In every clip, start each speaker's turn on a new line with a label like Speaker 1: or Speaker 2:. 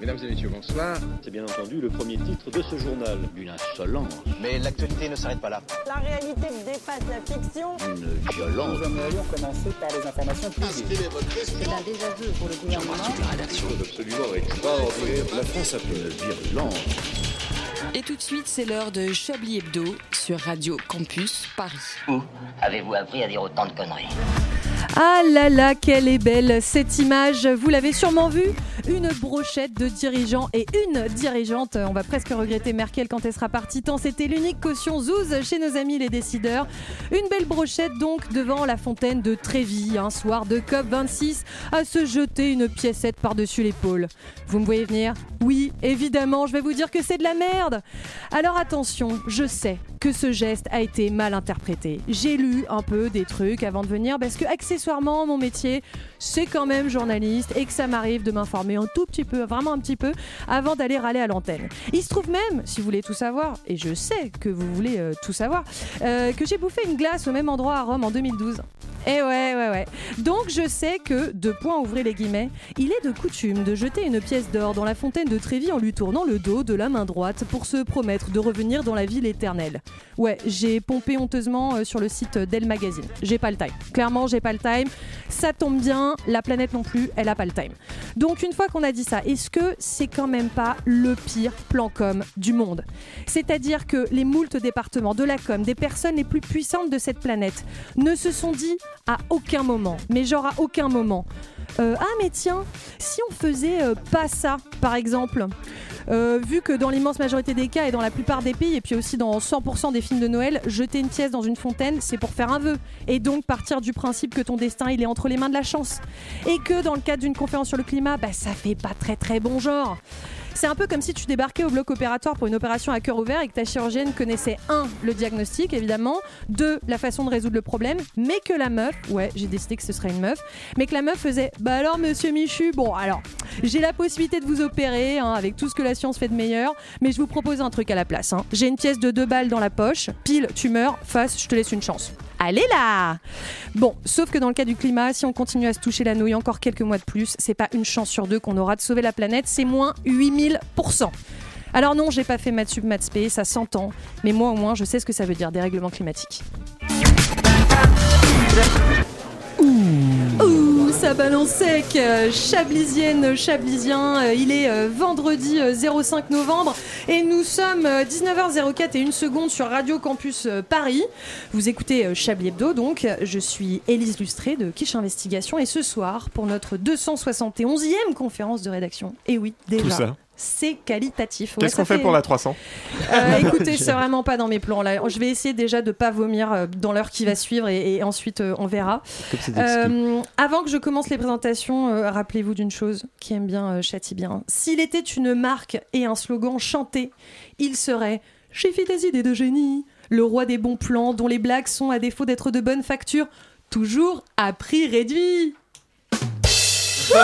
Speaker 1: Mesdames et messieurs, bonsoir.
Speaker 2: C'est bien entendu le premier titre de ce journal. Une insolence,
Speaker 3: Mais l'actualité ne s'arrête pas là.
Speaker 4: La réalité dépasse la fiction.
Speaker 2: une violence.
Speaker 5: Nous aimerions commencer par les informations privées.
Speaker 6: C'est un désaveu pour le gouvernement.
Speaker 7: Et tout de suite, c'est l'heure de Chablis Hebdo sur Radio Campus Paris.
Speaker 6: Où avez-vous appris à dire autant de conneries
Speaker 8: Ah là là, quelle est belle cette image. Vous l'avez sûrement vue. Une brochette de dirigeants et une dirigeante. On va presque regretter Merkel quand elle sera partie, tant c'était l'unique caution zouze chez nos amis les décideurs. Une belle brochette donc devant la fontaine de Trévis, un soir de COP26, à se jeter une piécette par-dessus l'épaule. Vous me voyez venir Oui, évidemment, je vais vous dire que c'est de la merde. Alors attention, je sais que ce geste a été mal interprété. J'ai lu un peu des trucs avant de venir parce que accessoirement mon métier, c'est quand même journaliste et que ça m'arrive de m'informer un tout petit peu, vraiment un petit peu, avant d'aller râler à l'antenne. Il se trouve même, si vous voulez tout savoir, et je sais que vous voulez euh, tout savoir, euh, que j'ai bouffé une glace au même endroit à Rome en 2012. Eh ouais, ouais, ouais. Donc je sais que, de point ouvrez les guillemets, il est de coutume de jeter une pièce d'or dans la fontaine de Trévis en lui tournant le dos de la main droite pour se promettre de revenir dans la ville éternelle. Ouais, j'ai pompé honteusement euh, sur le site d'El Magazine. J'ai pas le time. Clairement, j'ai pas le time. Ça tombe bien, la planète non plus, elle a pas le time. Donc une fois qu'on a dit ça, est-ce que c'est quand même pas le pire plan com du monde C'est-à-dire que les moultes départements de la com, des personnes les plus puissantes de cette planète, ne se sont dit à aucun moment, mais genre à aucun moment. Euh, ah mais tiens, si on faisait euh, pas ça, par exemple, Euh, vu que dans l'immense majorité des cas et dans la plupart des pays, et puis aussi dans 100% des films de Noël, jeter une pièce dans une fontaine, c'est pour faire un vœu, et donc partir du principe que ton destin, il est entre les mains de la chance. Et que dans le cadre d'une conférence sur le climat, bah, ça fait pas très très bon genre. C'est un peu comme si tu débarquais au bloc opératoire pour une opération à cœur ouvert et que ta chirurgienne connaissait un le diagnostic évidemment, deux la façon de résoudre le problème, mais que la meuf, ouais, j'ai décidé que ce serait une meuf, mais que la meuf faisait bah alors monsieur Michu, bon alors, j'ai la possibilité de vous opérer hein, avec tout ce que la science fait de meilleur, mais je vous propose un truc à la place. hein. J'ai une pièce de deux balles dans la poche, pile, tu meurs, face, je te laisse une chance. Allez là Bon, sauf que dans le cas du climat, si on continue à se toucher la nouille encore quelques mois de plus, c'est pas une chance sur deux qu'on aura de sauver la planète, c'est moins 8000%. Alors non, j'ai pas fait maths sub maths spé, ça s'entend, mais moi au moins je sais ce que ça veut dire, dérèglement climatique. Ouh, ça balance sec euh, Chablisienne, Chablisien, euh, il est euh, vendredi euh, 05 novembre et nous sommes euh, 19h04 et une seconde sur Radio Campus euh, Paris. Vous écoutez euh, Chablis Hebdo donc, je suis Élise Lustré de Quiche Investigation et ce soir pour notre 271e conférence de rédaction, et oui déjà...
Speaker 9: Tout ça.
Speaker 8: C'est qualitatif. Ouais,
Speaker 9: Qu'est-ce
Speaker 8: ça
Speaker 9: qu'on fait pour la 300
Speaker 8: euh, écoutez, c'est vraiment pas dans mes plans. Là. Je vais essayer déjà de pas vomir euh, dans l'heure qui va suivre et, et ensuite euh, on verra. Euh, avant que je commence les présentations, euh, rappelez-vous d'une chose qui aime bien euh, Châtie bien. S'il était une marque et un slogan chanté, il serait J'ai fait des idées de génie, le roi des bons plans dont les blagues sont, à défaut d'être de bonne facture, toujours à prix réduit. Wouh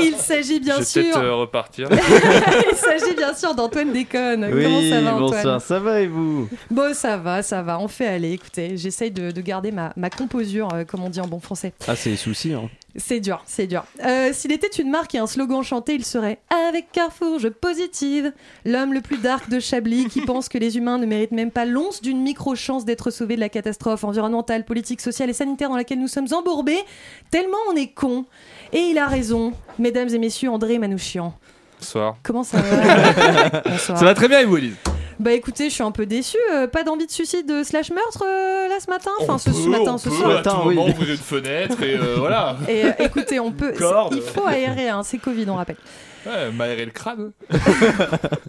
Speaker 8: il s'agit bien
Speaker 10: Je vais
Speaker 8: sûr,
Speaker 10: peut-être euh, repartir.
Speaker 8: il s'agit bien sûr d'Antoine Déconne. Comment Bah ça va, Antoine
Speaker 11: ça va et vous
Speaker 8: Bon, ça va, ça va, on fait aller. Écoutez, j'essaye de, de garder ma, ma composure, euh, comme on dit en bon français.
Speaker 11: Ah, c'est les soucis, hein.
Speaker 8: C'est dur, c'est dur. Euh, S'il était une marque et un slogan chanté, il serait Avec Carrefour, je positive. L'homme le plus dark de Chablis qui pense que les humains ne méritent même pas l'once d'une micro-chance d'être sauvés de la catastrophe environnementale, politique, sociale et sanitaire dans laquelle nous sommes embourbés, tellement on est con. Et il a raison, mesdames et messieurs, André Manouchian.
Speaker 10: Bonsoir.
Speaker 8: Comment ça va Bonsoir.
Speaker 9: Ça va très bien et vous, Elise
Speaker 8: Bah écoutez, je suis un peu déçue. euh, pas d'envie de suicide euh, slash meurtre euh, là ce matin Enfin, ce, ce matin, ce soir.
Speaker 11: ouais. Matin, oui.
Speaker 10: ouvrir une fenêtre et euh, voilà.
Speaker 8: Et euh, écoutez, on peut.
Speaker 10: Corde.
Speaker 8: Il faut aérer, hein, c'est Covid, on rappelle.
Speaker 10: Ouais, m'aérer le crâne.
Speaker 9: Euh,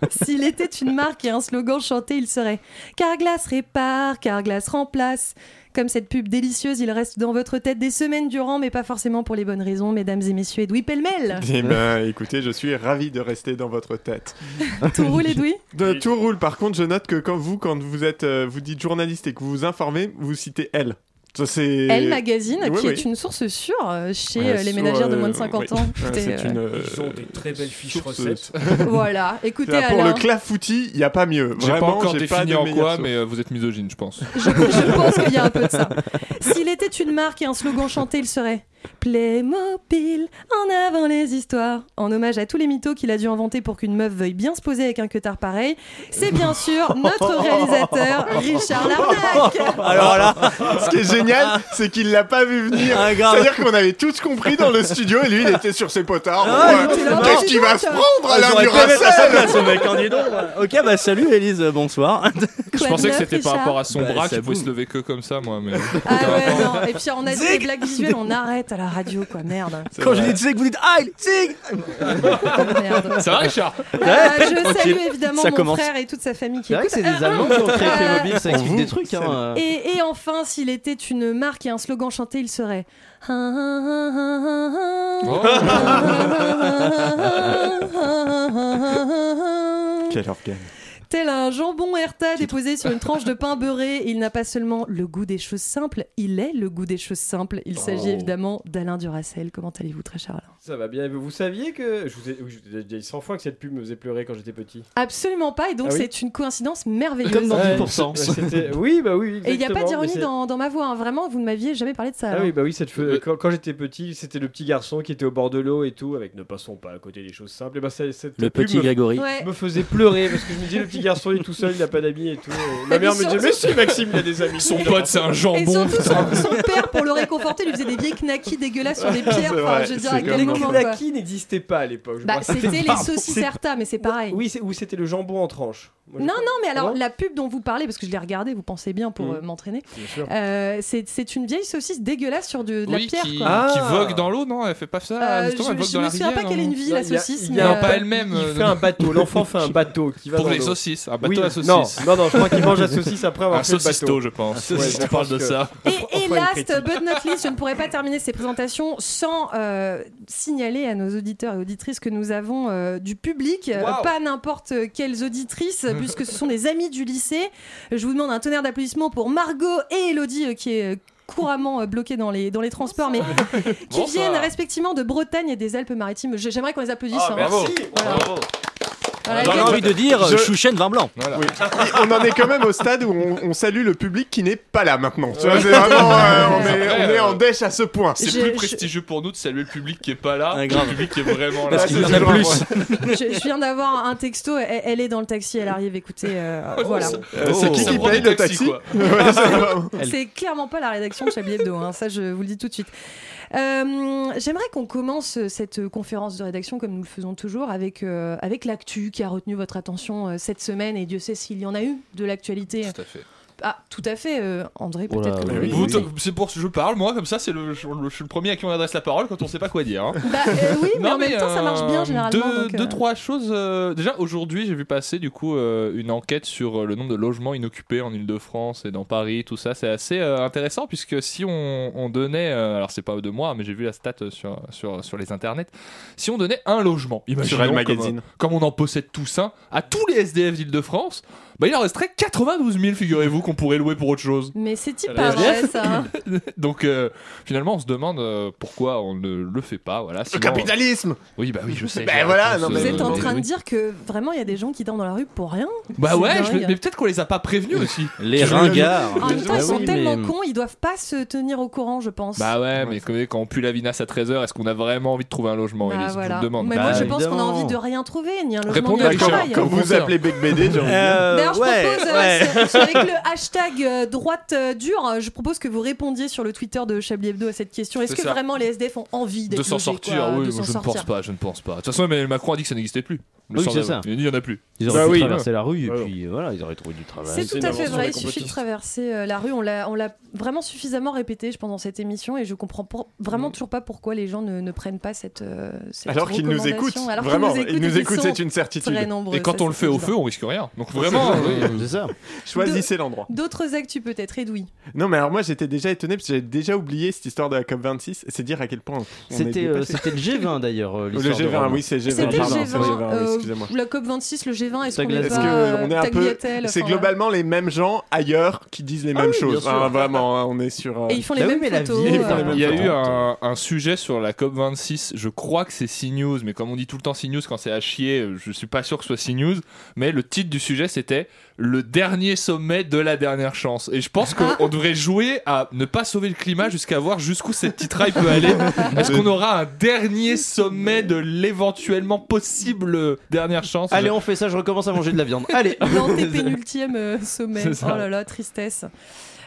Speaker 8: S'il était une marque et un slogan chanté, il serait Carglass répare, Carglass remplace. Comme cette pub délicieuse, il reste dans votre tête des semaines durant, mais pas forcément pour les bonnes raisons, mesdames et messieurs. Edoui Pellemel
Speaker 9: Eh ben, écoutez, je suis ravi de rester dans votre tête.
Speaker 8: Tout roule, Edoui
Speaker 9: De
Speaker 10: Oui.
Speaker 9: tout roule, par contre, je note que quand vous, quand vous êtes, euh, vous dites journaliste et que vous vous informez, vous citez elle. Ça, c'est...
Speaker 8: Elle Magazine,
Speaker 9: Oui,
Speaker 8: qui
Speaker 9: oui.
Speaker 8: est une source sûre euh, chez
Speaker 9: Ouais,
Speaker 8: euh, les
Speaker 9: sur,
Speaker 8: ménagères de
Speaker 9: euh,
Speaker 8: moins de 50
Speaker 9: oui.
Speaker 8: ans.
Speaker 9: Ouais,
Speaker 8: Écoutez,
Speaker 9: c'est
Speaker 8: euh,
Speaker 9: une, euh,
Speaker 5: Ils ont des très belles fiches
Speaker 9: source-
Speaker 5: recettes.
Speaker 8: Voilà, écoutez
Speaker 9: Là, pour
Speaker 8: Alain.
Speaker 9: le clafoutis, il n'y a pas mieux.
Speaker 10: J'ai pas
Speaker 9: Vraiment,
Speaker 10: encore
Speaker 9: j'ai pas
Speaker 10: défini
Speaker 9: de
Speaker 10: en
Speaker 9: meilleure
Speaker 10: quoi,
Speaker 9: source.
Speaker 10: mais euh, vous êtes misogyne, je pense.
Speaker 8: Je, je pense qu'il y a un peu de ça. S'il était une marque et un slogan chanté, il serait Playmobil, en avant les histoires. En hommage à tous les mythos qu'il a dû inventer pour qu'une meuf veuille bien se poser avec un cutard pareil, c'est bien sûr notre réalisateur Richard Larnac.
Speaker 11: Alors là,
Speaker 9: Ce qui est génial, c'est qu'il l'a pas vu venir.
Speaker 11: un grave.
Speaker 9: C'est-à-dire qu'on avait tous compris dans le studio et lui, il était sur ses potards.
Speaker 11: Ah,
Speaker 9: Bon,
Speaker 11: il était
Speaker 9: euh,
Speaker 11: là,
Speaker 9: Qu'est-ce
Speaker 11: dis
Speaker 9: qu'il va se prendre
Speaker 11: Ah,
Speaker 9: Alain
Speaker 11: j'aurais pu mettre à sa
Speaker 9: Duracell
Speaker 11: place, ce mec, hein, dis donc. Ok, bah salut Elise,
Speaker 12: euh,
Speaker 9: Oh,
Speaker 11: bonsoir.
Speaker 10: Je pensais que c'était par rapport à son
Speaker 11: Bah,
Speaker 10: bras
Speaker 11: ça
Speaker 10: qu'il pouvait
Speaker 11: bouge.
Speaker 10: se lever que comme ça, moi. Mais...
Speaker 8: Ah ouais, non. Et puis on a dit des blagues visuelles, on arrête à la radio, quoi. Merde.
Speaker 11: Quand je dis Zig, vous dites Ah, il- Zig
Speaker 8: Merde.
Speaker 10: Ça va, Richard
Speaker 8: Euh, je
Speaker 11: tranquille.
Speaker 8: salue évidemment
Speaker 11: Ça
Speaker 8: mon
Speaker 11: commence. Ah,
Speaker 8: frère et toute sa famille qui écoute.
Speaker 11: C'est vrai
Speaker 8: Ah,
Speaker 11: que c'est des Allemands qui ont créé Playmobil, ça explique des trucs. Hein.
Speaker 8: Et, et enfin, s'il était une marque et un slogan chanté, il serait.
Speaker 10: Oh.
Speaker 9: Quel organe.
Speaker 8: Tel un jambon Herta déposé sur une tranche de pain beurré, il n'a pas seulement le goût des choses simples, il est le goût des choses simples. Il s'agit évidemment d'Alain Duracel. Comment allez-vous, très cher Alain
Speaker 1: Ça va bien. Vous saviez que. Je vous ai, oui, je vous ai déjà dit 100 fois que cette pub me faisait pleurer quand j'étais petit.
Speaker 8: Absolument pas, et donc
Speaker 1: Ah oui
Speaker 8: c'est une coïncidence merveilleuse.
Speaker 11: Comme dans
Speaker 1: Ouais.
Speaker 11: 10%.
Speaker 1: C'était- oui, bah oui.
Speaker 8: Et il n'y a pas
Speaker 1: exactement, mais
Speaker 8: d'ironie
Speaker 1: c'est-
Speaker 8: dans, dans ma voix, hein. vraiment, vous ne m'aviez jamais parlé de ça.
Speaker 1: Ah
Speaker 8: Alain.
Speaker 1: oui, bah oui, cette feu-
Speaker 10: Euh,
Speaker 1: quand, quand j'étais petit, c'était le petit garçon qui était au bord de l'eau et tout, avec ne passons pas à côté des choses simples. Et bah, ça- cette
Speaker 11: Le
Speaker 1: pub
Speaker 11: petit
Speaker 1: me-
Speaker 11: Grégory.
Speaker 8: Ouais.
Speaker 1: me faisait pleurer parce que je me disais le petit garçon il est tout seul, il n'a pas d'amis et tout. Et ma
Speaker 8: Et puis
Speaker 1: mère me disait
Speaker 8: surtout-
Speaker 1: mais si Maxime il a des amis.
Speaker 10: Son
Speaker 1: Il
Speaker 10: pote, c'est un
Speaker 8: Et
Speaker 10: jambon.
Speaker 8: surtout, son, son père, pour le réconforter, lui faisait des vieilles knackis dégueulasses Ah, sur des pierres. Enfin,
Speaker 9: C'est vrai,
Speaker 8: je veux dire,
Speaker 9: c'est
Speaker 8: à quel
Speaker 9: comme
Speaker 1: Les
Speaker 8: moment, quoi.
Speaker 1: knackis n'existaient pas à l'époque. je
Speaker 8: Bah,
Speaker 1: crois.
Speaker 8: c'était les
Speaker 1: Pardon.
Speaker 8: saucisses
Speaker 1: C'est-
Speaker 8: Erta, mais c'est pareil.
Speaker 1: Oui, c'est- ou c'était le jambon en tranche. Moi, je-
Speaker 8: Non, non, mais alors
Speaker 1: Ah bon
Speaker 8: la pub dont vous parlez, parce que je l'ai regardée, vous pensez bien pour
Speaker 1: Mhm.
Speaker 8: euh, m'entraîner,
Speaker 1: Bien sûr.
Speaker 8: euh, c'est c'est une vieille saucisse dégueulasse sur de, de la
Speaker 10: Oui,
Speaker 8: pierre.
Speaker 10: qui,
Speaker 8: quoi.
Speaker 1: Ah.
Speaker 10: qui vogue dans l'eau, non Elle fait pas ça
Speaker 8: Euh,
Speaker 10: justement,
Speaker 8: je
Speaker 10: elle vogue
Speaker 8: je
Speaker 10: dans
Speaker 8: me
Speaker 10: la
Speaker 8: souviens pas
Speaker 10: rivière,
Speaker 8: quelle est
Speaker 10: non
Speaker 8: une vie,
Speaker 1: Non,
Speaker 8: la
Speaker 1: il y a-
Speaker 8: saucisse.
Speaker 1: il y a
Speaker 8: mais,
Speaker 10: Non, pas
Speaker 8: euh,
Speaker 10: elle-même.
Speaker 1: Il
Speaker 10: euh,
Speaker 1: fait un bateau, l'enfant fait un bateau qui va
Speaker 10: Pour
Speaker 1: dans
Speaker 10: les
Speaker 1: l'eau.
Speaker 10: saucisses, un
Speaker 1: Oui,
Speaker 10: bateau à
Speaker 1: Non,
Speaker 10: saucisses.
Speaker 1: non, non, je crois qu'il mange la saucisse après avoir
Speaker 10: Un
Speaker 1: fait le
Speaker 10: saucisto,
Speaker 1: bateau.
Speaker 10: je pense.
Speaker 1: Ouais,
Speaker 10: Si
Speaker 1: je
Speaker 10: tu parles
Speaker 1: pense
Speaker 10: de
Speaker 1: que-
Speaker 10: ça.
Speaker 8: Et, et
Speaker 1: fera une
Speaker 8: last
Speaker 1: critique.
Speaker 8: but not least, je ne pourrais pas terminer ces présentations sans euh, signaler à nos auditeurs et auditrices que nous avons euh, du public, euh,
Speaker 10: Wow.
Speaker 8: pas n'importe quelles auditrices, puisque ce sont des amis du lycée. Je vous demande un tonnerre d'applaudissements pour Margot et Elodie, euh, qui est euh, couramment euh, bloquée dans les, dans les transports, mais qui
Speaker 10: Bonsoir.
Speaker 8: viennent respectivement de Bretagne et des Alpes-Maritimes. J'ai- J'aimerais qu'on les applaudisse. hein.
Speaker 10: Ah, Bravo.
Speaker 8: Voilà.
Speaker 10: Bravo.
Speaker 8: Voilà,
Speaker 11: J'aurais
Speaker 8: les-
Speaker 11: envie de dire
Speaker 9: Je-
Speaker 11: Chouchen vin blanc.
Speaker 10: Voilà.
Speaker 9: Oui. Et on en est quand même au stade où on, on salue le public qui n'est pas là maintenant. Tu vois, c'est vraiment, euh, on, est, on est en dèche à ce point.
Speaker 10: C'est
Speaker 8: Je-
Speaker 10: plus
Speaker 8: je-
Speaker 10: prestigieux pour nous de saluer le public qui est pas là,
Speaker 11: Ah,
Speaker 10: que
Speaker 11: grave.
Speaker 10: le public qui est vraiment là.
Speaker 11: Parce
Speaker 9: Là,
Speaker 11: qu'il y
Speaker 9: c'est
Speaker 11: en a
Speaker 9: toujours un
Speaker 11: plus.
Speaker 8: je, je viens d'avoir un texto, elle, elle est dans le taxi, elle arrive, écoutez, euh, voilà.
Speaker 9: Euh, c'est qui
Speaker 10: Oh, Ça
Speaker 9: qui
Speaker 10: prend
Speaker 9: paye
Speaker 10: des
Speaker 9: le
Speaker 10: taxis,
Speaker 9: taxi
Speaker 10: quoi.
Speaker 9: Ouais, c'est vraiment-
Speaker 11: Elle-
Speaker 8: C'est clairement pas la rédaction de Chablis Hebdo, hein, ça je vous le dis tout de suite. Euh, J'aimerais qu'on commence euh, cette euh, conférence de rédaction, comme nous le faisons toujours, avec, euh, avec l'actu qui a retenu votre attention euh, cette semaine, et Dieu sait s'il y en a eu de l'actualité.
Speaker 10: Tout à fait.
Speaker 8: Ah, tout à fait, euh, André,
Speaker 11: Oh là,
Speaker 8: peut-être que
Speaker 11: oui,
Speaker 8: vous
Speaker 11: oui,
Speaker 8: le
Speaker 10: Vous,
Speaker 8: connaissez.
Speaker 10: t- C'est pour ce que je parle, moi, comme ça, c'est le, je, le- je suis le premier à qui on adresse la parole quand on sait pas quoi dire. hein.
Speaker 8: Bah, euh, oui, mais
Speaker 10: Non,
Speaker 8: en même temps, ça marche
Speaker 10: euh,
Speaker 8: bien généralement.
Speaker 10: Deux,
Speaker 8: donc, euh,
Speaker 10: deux, trois choses. euh, déjà, aujourd'hui, j'ai vu passer du coup euh, une enquête sur euh, le nombre de logements inoccupés en Ile-de-France et dans Paris, tout ça. C'est assez euh, intéressant puisque si on, on donnait, euh, alors c'est pas de moi, mais j'ai vu la stat euh, sur, sur, sur les internets, si on donnait un logement,
Speaker 9: Sur
Speaker 10: imaginons
Speaker 9: Elle
Speaker 10: comme, euh,
Speaker 9: Magazine.
Speaker 10: comme on en possède tous un, à tous les SDF d'Ile-de-France, bah, il en resterait 92 000, figurez-vous, qu'on pourrait louer pour autre chose.
Speaker 8: Mais c'est-il
Speaker 10: La
Speaker 8: pas
Speaker 10: SDF?
Speaker 8: vrai ça hein
Speaker 10: Donc euh, finalement, on se demande euh, pourquoi on ne le fait pas. Voilà.
Speaker 9: Le
Speaker 10: Sinon,
Speaker 9: capitalisme
Speaker 10: euh, Oui, bah oui, je sais.
Speaker 9: Ben
Speaker 10: j'ai
Speaker 9: voilà,
Speaker 10: la
Speaker 9: non,
Speaker 10: réponse,
Speaker 8: Vous
Speaker 9: mais-
Speaker 10: euh,
Speaker 8: êtes en
Speaker 10: oui,
Speaker 8: train de
Speaker 10: oui.
Speaker 8: dire que vraiment il y a des gens qui dorment dans la rue pour rien
Speaker 10: Bah
Speaker 8: C'est
Speaker 10: ouais, je-
Speaker 8: dingue.
Speaker 10: mais peut-être qu'on les a pas prévenus aussi.
Speaker 11: Les ringards.
Speaker 8: En même temps,
Speaker 11: Bah
Speaker 8: ils sont
Speaker 11: oui,
Speaker 8: tellement
Speaker 11: mais-
Speaker 8: cons, ils doivent pas se tenir au courant, je pense.
Speaker 10: Bah ouais, mais quand- quand on pue la vinasse à 13h, est-ce qu'on a vraiment envie de trouver un logement
Speaker 8: Bah
Speaker 10: Élise Je vous
Speaker 8: voilà.
Speaker 10: le demande.
Speaker 8: Mais
Speaker 11: Bah,
Speaker 8: moi, je pense qu'on a
Speaker 11: évidemment.
Speaker 8: envie de rien trouver, ni un logement,
Speaker 10: Répondez
Speaker 8: ni
Speaker 10: à
Speaker 8: un
Speaker 10: Richard.
Speaker 8: travail.
Speaker 9: Quand vous
Speaker 10: Confère.
Speaker 9: appelez Bec BD, j'ai envie de dire.
Speaker 11: Euh,
Speaker 8: D'ailleurs, je
Speaker 11: ouais,
Speaker 8: propose, euh,
Speaker 11: ouais.
Speaker 8: c'est- c'est avec le hashtag euh, droite euh, dure, euh, je propose que vous répondiez sur le Twitter de Chablis Hebdo à cette question. Est-ce
Speaker 10: C'est
Speaker 8: que
Speaker 10: ça.
Speaker 8: vraiment les SDF ont envie d'être
Speaker 10: De s'en
Speaker 8: logés,
Speaker 10: sortir,
Speaker 8: quoi,
Speaker 10: oui,
Speaker 8: de
Speaker 10: je
Speaker 8: s'en
Speaker 10: ne
Speaker 8: sortir
Speaker 10: pense pas, je ne pense pas. De toute façon, Emmanuel Macron a dit que ça n'existait plus. Le
Speaker 11: Oui,
Speaker 10: sans
Speaker 11: c'est
Speaker 10: abri.
Speaker 11: ça.
Speaker 10: Il n'y en a plus.
Speaker 11: Ils
Speaker 1: Bah
Speaker 11: auraient pu
Speaker 1: oui.
Speaker 11: traverser la rue et
Speaker 1: Alors.
Speaker 11: puis voilà, ils auraient trouvé du travail.
Speaker 8: C'est tout à fait
Speaker 1: invention
Speaker 8: vrai,
Speaker 1: des
Speaker 8: il suffit de
Speaker 1: complotistes.
Speaker 8: traverser euh, la rue. On l'a on l'a vraiment suffisamment répété, je pense, dans cette émission, et je comprends pour- vraiment toujours pas pourquoi les gens ne, ne prennent pas cette. euh, cette
Speaker 9: Mm. Alors qu'ils nous écoutent,
Speaker 8: recommandation. Alors qu'ils
Speaker 9: vraiment,
Speaker 8: nous écoutent,
Speaker 9: ils nous
Speaker 8: et qu'ils
Speaker 9: écoutent,
Speaker 8: sont
Speaker 9: c'est une certitude.
Speaker 8: très nombreux.
Speaker 10: Et quand
Speaker 8: ça,
Speaker 10: on le
Speaker 8: c'est
Speaker 10: fait au
Speaker 8: évident.
Speaker 10: feu, on risque rien. Donc vraiment, euh, oui.
Speaker 11: C'est ça.
Speaker 9: Choisissez l'endroit.
Speaker 8: D'autres actus peut-être, Edoui.
Speaker 9: Non, mais alors moi j'étais déjà étonné parce que j'avais déjà oublié cette histoire de la COP26. C'est dire à quel point. on est
Speaker 11: C'était euh,
Speaker 9: dépassé.
Speaker 11: c'était le G20 d'ailleurs. euh,
Speaker 9: le
Speaker 11: l'histoire de
Speaker 9: G20,
Speaker 11: Rome.
Speaker 9: oui, c'est G20.
Speaker 8: C'était le
Speaker 9: pardon, c'est
Speaker 8: G20,
Speaker 9: G20, oui,
Speaker 8: euh,
Speaker 9: excusez-moi.
Speaker 8: la COP26, le G20, est-ce qu'on
Speaker 11: Tagliatelle.
Speaker 8: est
Speaker 9: Est-ce
Speaker 8: pas
Speaker 9: que
Speaker 8: euh,
Speaker 9: on est un peu
Speaker 8: Tagliatelle,
Speaker 9: c'est
Speaker 8: enfin,
Speaker 9: globalement les mêmes gens ailleurs qui disent les
Speaker 11: Ah
Speaker 9: mêmes
Speaker 11: oui, bien
Speaker 9: choses.
Speaker 11: sûr.
Speaker 9: hein, vraiment, hein, on est sur. euh,
Speaker 8: voilà. Et ils font les
Speaker 11: Bah oui,
Speaker 8: mêmes
Speaker 11: mais la
Speaker 8: photos.
Speaker 11: vie,
Speaker 9: ils font les
Speaker 8: euh,
Speaker 9: mêmes
Speaker 10: Il y a eu
Speaker 9: Attends,
Speaker 10: un, un sujet sur la COP26, je crois que c'est CNews, mais comme on dit tout le temps CNews quand c'est à chier, euh, je suis pas sûr que ce soit CNews, mais le titre du sujet c'était c'est le dernier sommet de la dernière chance. Et je pense
Speaker 8: Ah.
Speaker 10: qu'on devrait jouer à ne pas sauver le climat jusqu'à voir jusqu'où cette titraille peut aller. Est-ce qu'on aura un dernier sommet de l'éventuellement possible dernière chance
Speaker 11: Allez, on fait ça, je recommence à manger de la viande. Allez
Speaker 8: euh, Dans tes pénultièmes euh, sommets.
Speaker 10: C'est ça.
Speaker 8: Oh là là, tristesse.